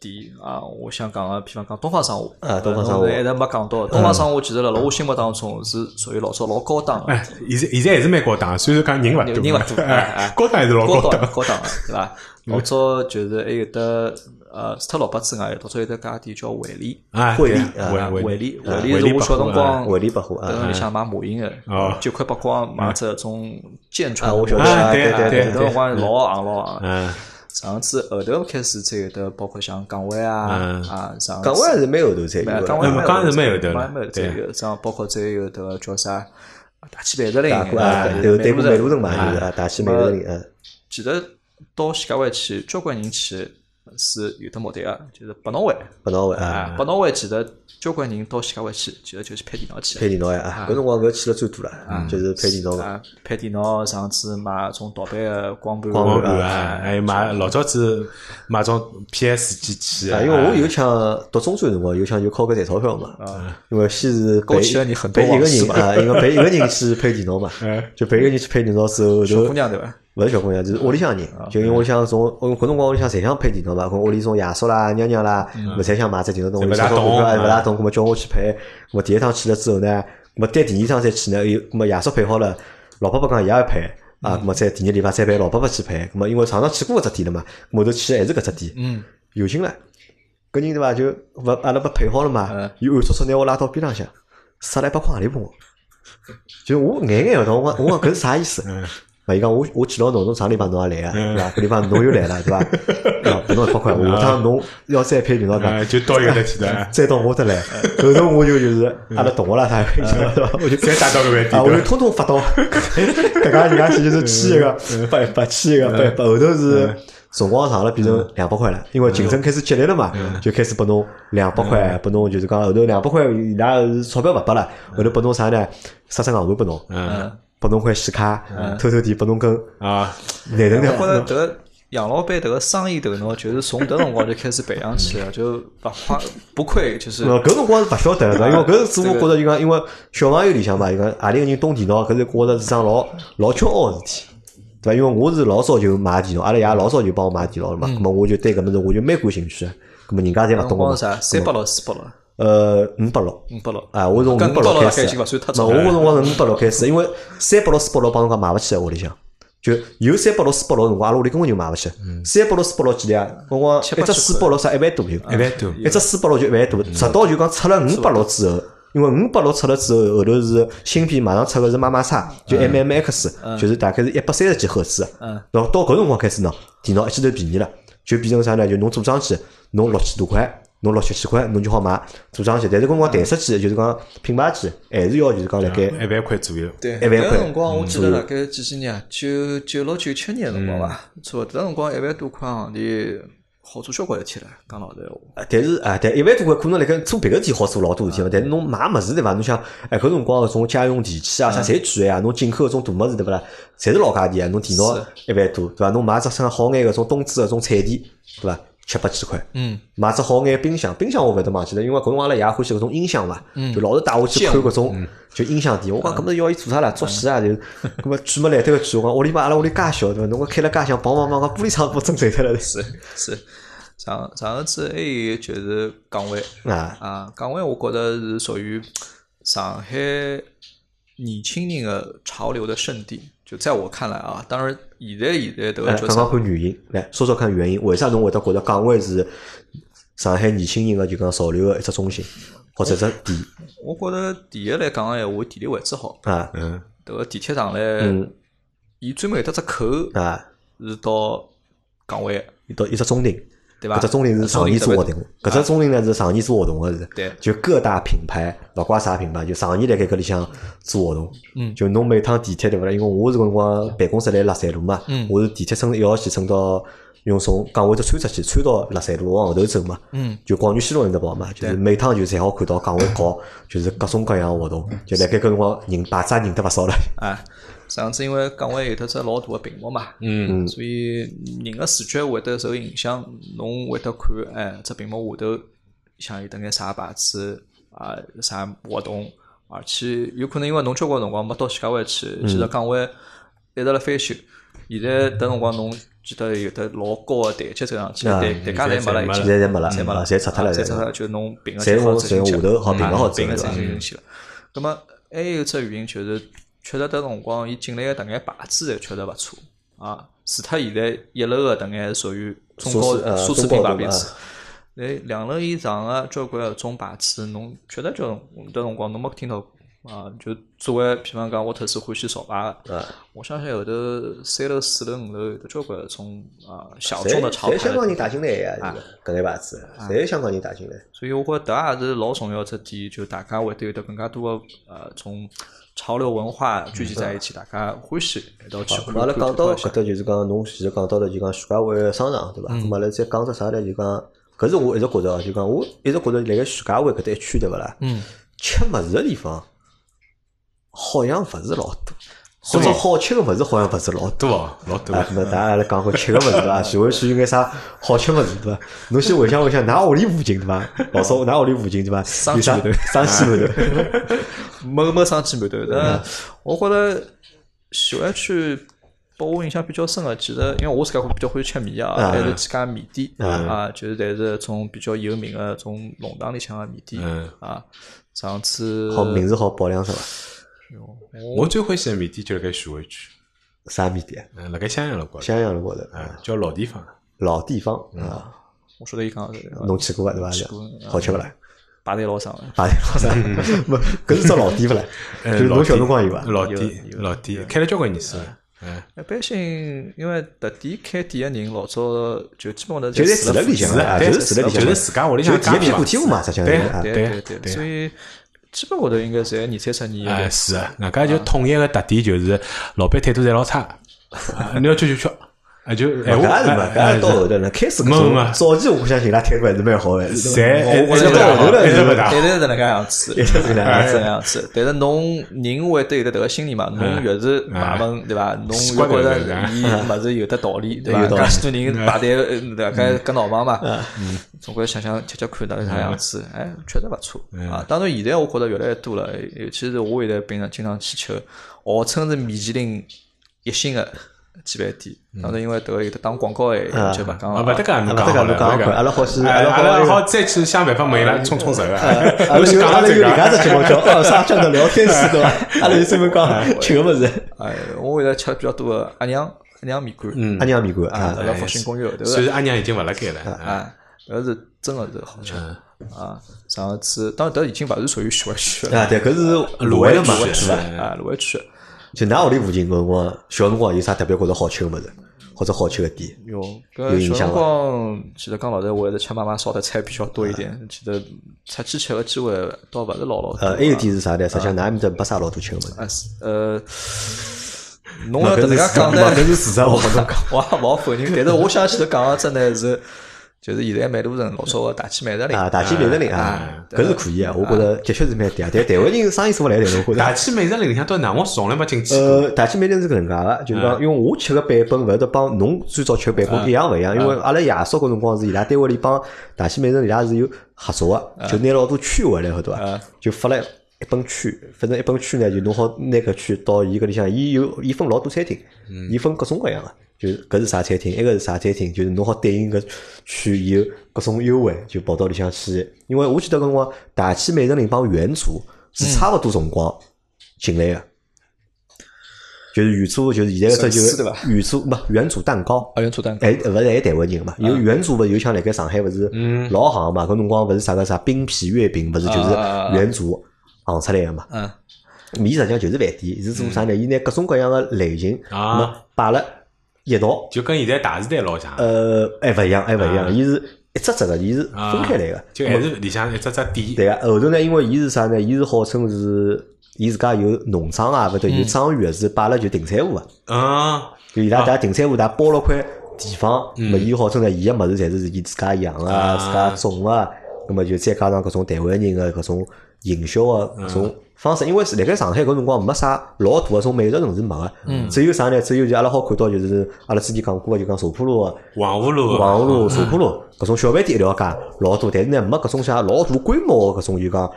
店啊，我想讲个，比方讲东方商务呃
啊东方商务
侬一直没讲到。东方商务其实辣辣我心目当中是属于老早老高档的。
哎，现在现在还是蛮高档，虽然讲人勿多，
人勿多哎哎
高档还是老嗯
高
高档
档。高档的，对伐？老早就是还有得呃，除脱老八之外，老早有得家店叫惠利，
啊，
惠
对
利
啊
啊
惠
惠
利
利，
啊
惠利是我小辰光
惠利百货啊
等里向买马啊影的
哦，
九块八角买只种剑
啊
穿，
我晓得
啊对对
对
对
搿辰光老行老行。
嗯，
上次后头开始才有得，包括像港湾啊
嗯
啊，上
港湾还是蛮后头才有
没
的，啊
港
哎
湾
没港湾是蛮有的
港湾蛮有
对
的，有像包括再有得叫啥大气板石林
大，过啊，
啊
对对过美
美
路
路
城
城
嘛，就是啊，大西美路城，嗯，
其实到徐家汇去，交关人去是有的目的个，就是百脑汇
不闹位啊，
啊，百脑汇其实交关人到徐家汇去，其实就是拍电脑去
配
的。
电脑呀，啊搿辰光搿去了最多了，就是配电脑个。
啊，拍电脑，上次买种盗版个光盘，
光
光
盘
盘
啊
啊，还有买老早子买种 PS 机器
啊，因为我有一腔读中专的辰光，有一腔就靠搿赚钞票嘛。因为先是
勾
陪
起啊了你很多
陪一个
往事
人
吧
啊，因为陪一个人去配电脑 嘛，就陪一个人去配电脑之后，
小
就
姑娘对伐？
勿是小姑娘，就是屋里向人，就因为屋里向从我搿辰光屋里向侪想配电脑嘛，搿屋里从爷叔啦、娘娘啦，勿侪想买只电脑，
侪
我
勿大
钞
懂
票勿
啊
大懂，搿么叫我去配，我第一趟去了之后呢，搿么单第二趟再去呢，有搿么爷叔配好了，老伯伯讲伊也要配。啊，搿么再第二礼拜再陪老伯伯去配，搿么因为常常去过搿只店了嘛，我头去的还是搿只店，
嗯，
有劲了。搿人对伐？就勿阿拉勿配好了嘛
嗯，
伊暗搓搓拿我拉到边浪向，塞了一百块行钿拨我。就我眼眼勿懂，我讲我讲搿是啥意思？啊，伊讲我我记牢侬，侬上礼拜侬也来啊，对伐？搿礼拜侬又来了，对伐？啊，拨侬一百块，下趟侬要再配领导讲，
啊，就到一个地的，
再到我这来。后头我就就是阿拉同学啦啥，对伐？我就
再打到搿
啊，我就
外地
通通发到， 搿家人家去就是去一个，八八去一个，八八后头是辰光长了变成两百块了，因为竞争开始激烈了嘛，就开始拨侬两百块，拨侬就是讲后头两百块伊拉是钞票勿拨了，后头拨侬啥呢？杀只硬盘拨侬，
嗯
嗯，
拨侬块显卡，偷偷地拨侬根
啊，
内
我
存条
觉。着迭个杨老板迭个生意头脑，就是从迭辰光就开始培养起来了，就不花不愧就是
呃，搿辰光是勿晓得的，因为搿是我
这个
觉着就讲，因为小朋友里向嘛，就讲阿里个人懂电脑，搿是觉着是桩老老骄傲个事体，对伐？因为我是老早就买电脑，阿拉爷老早就帮我买电脑了嘛，咁么我就对搿物事我就蛮感兴趣的，咁么人家侪
辰
勿懂个
光
嘛
是，啥三百六、四百六、
呃，五百六。
五百六
啊，我从五
跟
百
五百
六开
六大概已
始
经
啊，
勿算太
那
早
我
了
搿辰光是五百六开始，因为三百六、四百六帮人家买勿起，屋里向就有三百六、四百六辰光，阿拉屋里根本就买勿起。三百六、四百六几钿啊？辰光
七
一
八
只
十
四百六啥一万多有，
一万多，
一只四百六就一万多，直到就讲出了五百六之后，因为五百六出了之后，后头是芯片马上出个是妈妈叉，就 MMX，就是大概是一百三十几赫兹。
嗯，
然后到搿辰光开始呢，电脑一记头便宜了，就变成啥呢？就侬做上去，侬六千多块，侬六七千块，侬就好买做上去。但是搿辰光台式机就是讲品牌机，还是要就是讲辣盖
一万块左右，
对，
一万
搿
块嗯
辰光我记得大概几几年啊，九九六九七年的辰光伐，
嗯
差不多搿辰光一万多块行钿好做交关事体了，讲老实闲话。
啊，但是啊，但一万多块可能辣盖做别个事体好做老多事体嘛。但是侬买物事对伐？侬想，哎，搿辰光搿种家用电器啊，啥侪贵个呀？侬进口搿种大物事对勿啦？侪是老价钿啊！侬电脑一万多对伐？侬买只像好眼搿种东芝搿种彩电对伐？七八千块。
嗯，
买只好眼冰箱，冰箱我勿得忘记了，因为搿辰光阿拉爷欢喜搿种音响嘛，就老是带我去看搿种就音响店。我讲搿么要伊做啥啦？作戏啊？就搿么举么来对个举，我讲屋里嘛阿拉屋里介小对伐？侬搿开了介响，梆梆梆，搿玻璃窗拨震碎脱了
是 是。上上一次还有就是港湾
啊！
啊，港湾我觉着是属于上海年轻人的潮流的圣地。就在我看来啊，当然现在现在迭
哎，
个
刚
就
刚
是
看原因，来说说看原因，为啥侬会得觉得港湾是上海年轻人的就讲潮流的一只中心或者一只点
我觉着第一来讲个闲话，地理位置好，
啊
嗯，
迭个地铁上
嗯
来，伊专门有得只口
啊？
是到港湾，
一到一只中庭，
对伐？
搿只中庭是常年做活动，搿只中庭呢是常年做活动的是，
对
就各大品牌，勿怪啥品牌，就常年辣盖搿里向做活动。
嗯
就侬每趟地铁对勿啦？因为我是搿辰光办公室辣辣山路嘛，
嗯
我是地铁乘一号线乘到用从港湾只穿出去，穿到辣山路往后头走嘛。
嗯，
就广元西路那搭跑嘛，就是
对
每趟就侪好看到港湾搞，就是各种各样的活动，就辣盖搿辰光人牌子也认得勿少了。
啊，上次因为港湾有得只老大个屏幕嘛，
嗯，
所以人个视觉会得受影响，侬会得看，哎，只屏幕下头像有得眼啥牌子啊，啥活动，而且有可能因为侬交关辰光没到徐家汇去，其实港湾一直辣翻修，现在迭辰光侬记得有得老高个台阶走上去，
啊
台台阶侪没了已经
现。在侪没了，嗯
侪没了，啊
侪拆脱了，
侪拆脱了，就侬平个
侪
好
往
走进去
侪
了，
往下头好平个
平
好走
嗯平个
对
走
伐
进去了。那么还有一只原因就是，确实迭辰光伊进来个迭眼牌子侪确实勿错啊，除脱现在一楼个迭眼属于中高
奢侈呃
奢
中
侈
高
品牌
端
牌
啊
子。啊哎，两楼以上个交关搿种牌子，侬确实叫迭辰光侬没听到啊，就作为比方讲，我特子欢喜潮
啊
牌个，我相信后头三楼、四楼、五楼有得交关种啊小众的潮牌啊
侪香港人
的，
带进来呀，这个搿类牌子，侪香港人带进来。
所以我觉得迭也是老重要的点，就大家会得有得更加多的呃种潮流文化聚集在一
嗯
起，大家欢喜一道去
咁
看。
阿拉
看
讲到
看
搿搭就是讲，侬前头讲到了就讲徐家汇商场对伐？咁阿拉再讲只啥呢？就讲，搿是我一直觉着啊，就讲我一直觉着辣盖徐家汇搿搭一区对勿啦？
嗯，
吃物事个地方好像勿是老多，或者好吃个物事好像勿是老多。
多哦，老多
啊，。咁啊，大家来讲讲吃个物事 对伐？徐汇区有眼啥好吃物事对伐？侬先回想回想，㑚屋里附近对伐？老早㑚屋里附近对伐？
生
有啥
煎
生西馒头？
没没上去馒头，
嗯
但我觉得喜欢去，拨我印象比较深个，其实因为我自家比较欢喜吃面啊，
啊
还有几家面店
嗯
啊，就是但是种比较有名个种弄堂里向个面店
嗯
啊，上次
好名字好保量是伐？
我最欢喜的面店就辣盖徐汇区，
啥面店？
嗯，辣盖襄阳路高头，
襄阳路高头啊
嗯，叫老地方。
老地方啊，
我晓得伊讲的是
侬去过伐？对伐
去过？
好吃勿
啊
啦？
排队老长个，
啊，老啥？没，搿是只老店勿啦？
呃
就是侬
老
小
店
辰光有伐？
老
有
店，
有
老店开了交关年数了。嗯，
一般性因为特地开店个人老早就基本上
就
在
在
住
住了里向
是
啊，
啊，
就
对
是住了里向，
就是自家屋里向
就
家
是
里
屁股
嘛。
天下嘛，实际上
对
是啊
对
对
对
对
所以基本高头应该侪二三十年有
哎，是啊，外加就统一个特点就是老板态度侪老差，啊你要吃就吃，啊就哎
搿
我
也是嘛，搿也
哎
是到后头呢，开始搿
没
种
没哎
早期我相信伊拉态度还是蛮好的，
侪
对伐
一
一
直
直
不
到
大
后头
好，
了，
一直不大好
对。对是能介样子，哎
一直是搿能样
样子，能样子。但是侬人会得有得迭个心理嘛，侬越是买问对伐？侬
哎习
越
惯
觉
了
着 伊物事有得道理对伐？
有道理嗯
介许多人排队呃
嗯
大概搿闹忙嘛，嗯总归想想吃吃看到底啥样子，
嗯
哎，确实勿错啊。当然现在我觉着越来越多了，哎尤其是我现在平常经常去吃，号称是米其林一星的鸡饭店，当然因为迭个有得打广告哎，就
嗯
勿讲
嗯啊，
了。
勿得讲，侬
勿得
讲好
讲
了，
侬讲好，阿
阿
拉好是哎阿
阿
拉好
拉好再去想办法问伊拉冲冲手啊。
阿拉
侬先
有
讲
阿
到
拉
这
有另
个，
外
哎
只 节目叫《二沙酱的聊天室》，对伐？阿拉有专门讲吃个物事，
哎，我现在吃的比较多的阿娘阿娘面馆，
嗯
阿娘面馆
啊，
啊
哎
辣，辣复兴公园后头
虽
个
然阿娘已经勿辣盖
哎
了，啊
啊，搿是真个是好吃
嗯
啊。上次当然搿已经勿是属于徐汇区了
啊，对，搿是
芦
芦
苇
苇
的
的
嘛
嘛，
是
是
吧
伐？
啊，芦苇区。
就㑚屋里附近搿辰光，小辰光有啥特别觉着好吃个物事，或者好吃个店？
哟，
有
搿
印象
小辰
伐
光其实讲老实，我还是吃妈妈烧的菜比较多一点，其实出去吃个机会倒勿是老老多
嗯呃，还有点是啥呢？实际上，㑚埃面搭没啥老多吃个物事。
哎
啊，是呃，侬
嘛
要
搿
迭
是事实
能介讲
嘛
呢，
搿是事实哦我跟侬
讲，我也勿好否认。但是我想起头讲个真的是，就是现在蛮多人老早个大气麦德林
啊，大气美食林啊，搿是可以啊，我觉着的确是蛮嗲。但台湾人生意做勿来的，我觉
大
着。
气美食里向到哪我从来没进去过。
呃，大气美食是搿能介个，就是讲，因为我吃个版本勿是得帮侬最早吃个版本一样勿一样，因为阿拉爷叔搿辰光是伊拉单位里帮大气美食伊拉是有合作个，就拿老多区回来后头啊，就发了一本区，反正一本区呢，就侬好拿搿区到伊搿里向，伊有伊分老多餐厅，伊分各种各样个。就是搿是啥餐厅，埃个是啥餐厅，就是侬好对应搿区伊有各种优惠，就跑到里向去。因为我记得搿辰光，大气美食林帮原主是差勿多辰光进来个，就是原主就是现在搿只
寿司
就
对伐
原主勿原主蛋糕。
二元做蛋糕
哎，勿是还台湾人嘛？
啊
有原主勿是有像辣盖上海勿是
嗯
老行嘛？搿辰光勿是啥个啥冰皮月饼，勿是就是
啊啊啊啊
原主行出来个嘛？
嗯。
伊实际上就是饭店，是做啥呢？伊拿各种各样个类型，
嗯啊
咾摆了一道，
就跟现在大时代老像，
呃，还勿一样，还勿一样，伊是一只只个，伊是
啊
分开来个。
就还是里向一只只店。
对个，后头呢，因为伊是啥呢？伊是号称是伊自家有农场啊，勿对，有庄园是摆了就停产户个，
嗯，
就伊拉搭停产户搭包了块地方，么伊号称呢，伊个物事侪是伊自家养
啊
啊，自家种啊，那么就再加上各种台湾人个搿种营销个搿种方式，因为是辣盖上海搿辰光没啥老大个种美食城是没个，只有啥呢？只有就阿拉好看到就是阿拉之前讲过个，就讲茶铺路个。
黄河路，
黄河
嗯
路、茶浦路搿种小饭店一条街老多，但是呢没搿种像老大规模的搿种就讲饭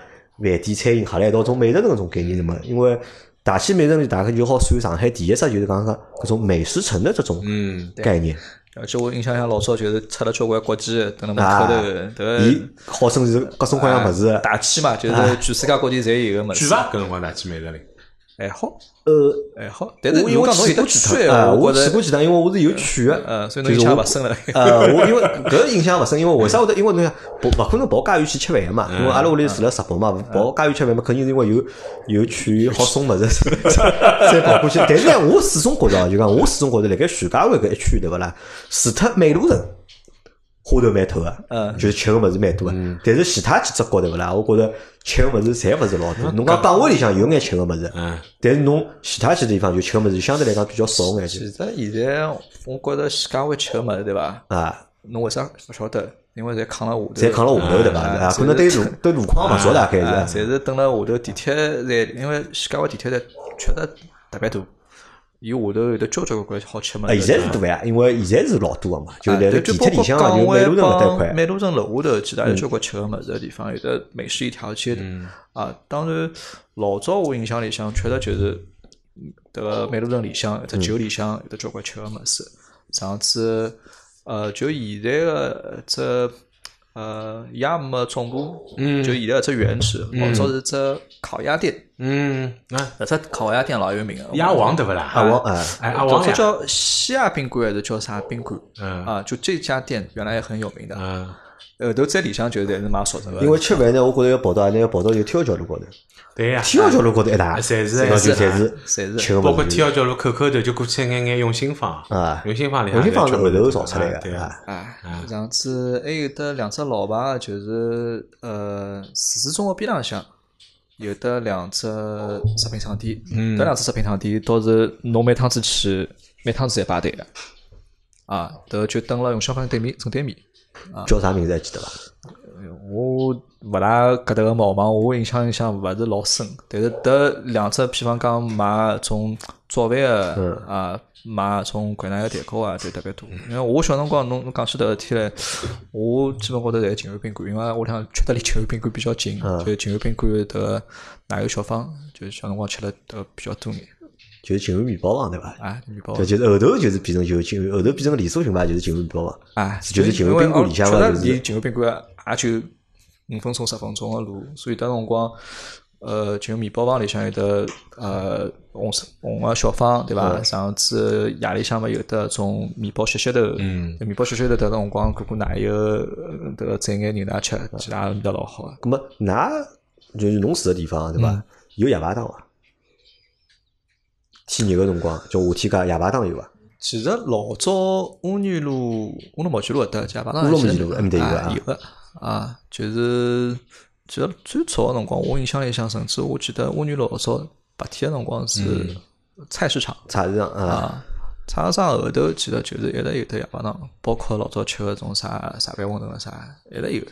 店餐饮合来一道种美食城搿种概念的嘛。因为大西美食城大概就好算上海第一只就是讲个搿种美食城的这种
嗯，
概念，
而且我印象像老早就是出了交关国际，等等门
啊
口头，迭
伊
个
号称是各种各样物事
呃啊大气嘛，就是全世界各地侪有个物
巨
事。
伐？搿辰光大气美食林，
还好
呃，
还好，但是
我因为
侬
我
讲侬
去
有
过
得
几
去
趟，啊，
闲
我
话，
去
觉
过
得
几趟，因为我是有去的，
呃，所以侬
就
印
是
象
我
勿深 了。
呃，我因为搿印象勿深，因为为啥会得？因为侬想，不勿可能跑家园去吃饭嘛，因为阿拉屋里住辣日本嘛，跑家园吃饭嘛，肯定是因为有有去好送 物事，再跑过去。但是呢，我始终觉着啊，就讲我始终觉着，辣盖徐家汇搿一区对勿啦？除脱美路城花头蛮多个，
嗯
就是吃个物事蛮多个。啊但是其他几只角对勿啦？我觉着吃个物事侪勿是老多。侬讲岗位里向有眼吃个物事，
嗯，
但是侬其他几个地方就吃个物事相对来讲比较少眼，就
其实现在我觉着徐家汇吃个物事对伐？
啊。
侬为啥勿晓得？因为侪扛了下头，
侪扛了下头对伐？
啊
啊，可能
侪
对哎
是
路对路况勿熟大概
啊，
是。
侪是等了下头地铁站，因为徐家汇地铁站缺得特别大，有下头有得交交关关好吃么
啊，
子。
现在是多呀，因为现在是老多个嘛，就辣辣
哎对
地
就
铁
包
里
括
向啊，
岗
就
位
美路城搿搭一
帮
块。
美路城楼下头，其实
嗯
也有交关吃个物事个地方，有的美食一条街的啊。当然，老早我印象里向确实就是嗯迭个美路城里向，
嗯
迭酒里向有得交关吃个物事。上次呃，就现在个只呃鸭没总部，就现在搿只园区，老早是只烤鸭店，
嗯，那
搿只烤鸭店老有名个。
鸭王对不啦？
阿王啊，
哎，阿
老
王
早
呀，
叫西亚宾馆还是叫啥宾馆？
嗯
啊，就这家店原来也很有名的。
嗯，
后头呃在里向就是侪是买熟食个，
因为吃饭呢，我觉着要跑到阿拉要跑到有天桥桥路高头，
对呀，
天桥桥路高头一大，
啊侪是
然后就
侪
侪
是
是
侪是
吃个
包括
物事
天桥桥路口口头就过去一眼眼永兴坊
啊
永兴坊里
永兴坊
是
是后头造出来
对
个
呀，
啊，
啊，上次还有得两只老牌个，就是呃，市市中学边浪向有得两只食品商店，搿两只食品商店倒是侬每趟子去，每趟子侪排队个，啊，迭就蹲辣永昌坊对面正对面。
啊叫啥名字还记得伐？
我勿大搿搭个毛茫，我印象里向勿是老深，但是迭两只，比方讲买种早饭个啊，买种掼哪个蛋糕啊，就特别多。因为我小辰光，侬侬讲起迭个事体来，我基本高头侪是静安宾馆，因为屋里向确得离静安宾馆比较近，就是静安宾馆迭个奶油小方，就是小辰光吃了迭个比较多眼
就是静安面包房对伐？
啊，面包
对，就是后头就是变成就静安，后头变成连锁品牌就是静安面包房。
啊，
就是静安
因为哦
宾馆里向
确
嘛
实
就是
离静安宾馆啊也就五分钟、十分钟个路，所以迭辰光，呃，静安面包房里向有得呃红色红个小方对伐？上次夜里向嘛有得种面包屑屑头，嗯，面包屑屑头迭辰光过过奶油，呃迭个蘸眼牛奶吃，其他味道老好
咁
个。
么，㑚就是侬住个地方对伐？有夜排档伐？天啊热个辰光，就夏天介夜排档有伐？啊
其实老早乌泥路、乌鲁木齐路搿搭，加巴
乌
上
鲁木齐路埃面搭有个啊
有个啊，就是其实最早个辰光，我印象里向，甚至我记得乌泥路老早白天个辰光是菜市场
菜市场啊，
啊，菜市场后头其实就是一直有得夜巴档，包括老早吃个种啥啥饭馄饨啊啥，一直有。啊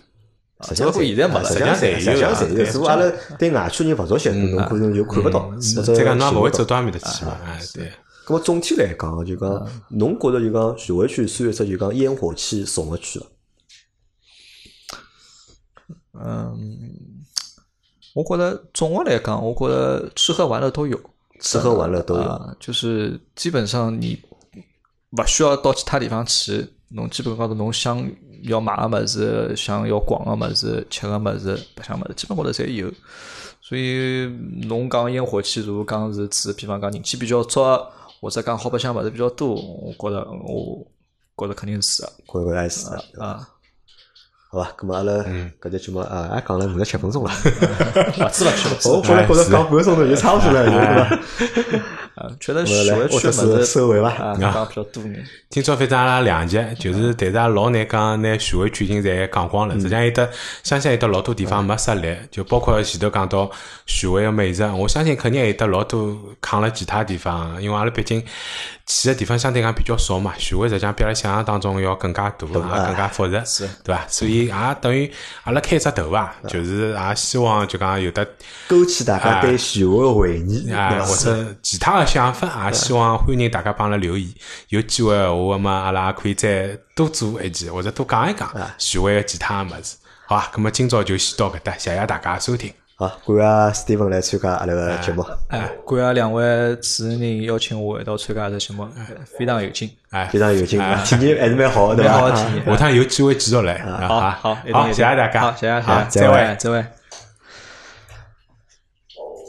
实际
只
上
不过现在没了，
实际上侪有，实际
对
上侪有。只不过阿拉对外区人勿熟悉，侬可能就看勿到。
嗯再
再
讲侬也勿会走。到埃面搭去嘛，哎，对，
咁么总体来讲，啊就讲侬觉着就讲徐汇区算一只就讲烟火气重个区伐？
嗯，我觉得总的来讲，我觉得吃喝玩乐都有。
吃喝玩乐都有。
啊，就是基本上你勿需要到其他地方去，侬基本高头侬想要买个物事，想要逛个物事，吃个物事，白相物事，基本高头侪有。所以侬讲烟火气，如果讲是指，比方讲人气比较足，或者讲好白相物事比较多，我觉着我觉着肯定是的
看看还是的，
啊，
好伐？咁么阿拉搿节节目啊，也讲了五十七分钟了。
勿知勿觉勿
我
知
本来觉着讲半个钟头就差勿多了，对
啊，觉得
伐？
喜
来，
欢
我
吃
这是
物事
收尾伐？
啊，讲比较多 眼。
今朝反正阿拉两集，就是但是也老难讲，拿徐汇区已经侪讲光了。实际上有得，相信有得老多地方没涉猎，就包括前头讲到徐汇个美食，我相信肯定还有得老多扛了其他地方，因为阿拉毕竟去个地方相对讲比较少嘛。徐汇实际上比阿拉想象当中要更加大，也更加复杂，对伐？所以也等于阿拉开一只头伐，就是也希望就讲有得。
勾起大家对徐汇个回忆，对
啊，
伐
或者其他的想法，也希望欢迎大家帮阿拉留言。有机会的话嘛，阿拉也可以再多做一期，或者多讲一讲徐汇的其他的物事，好吧？咁么今朝就先到搿搭，谢谢大家的收听。
好，感谢 Steven 来参加阿拉个节目，
哎，感谢两位主持人邀请我一道参加这节目，非常有劲。
哎，
非常有劲，体验还是蛮好的，对
蛮
伐？
好的体验
下趟有机会继续来。啊
好
好
好，一定
好，
有
谢谢大家，
好，谢谢，
好
谢谢，
再会。
再会。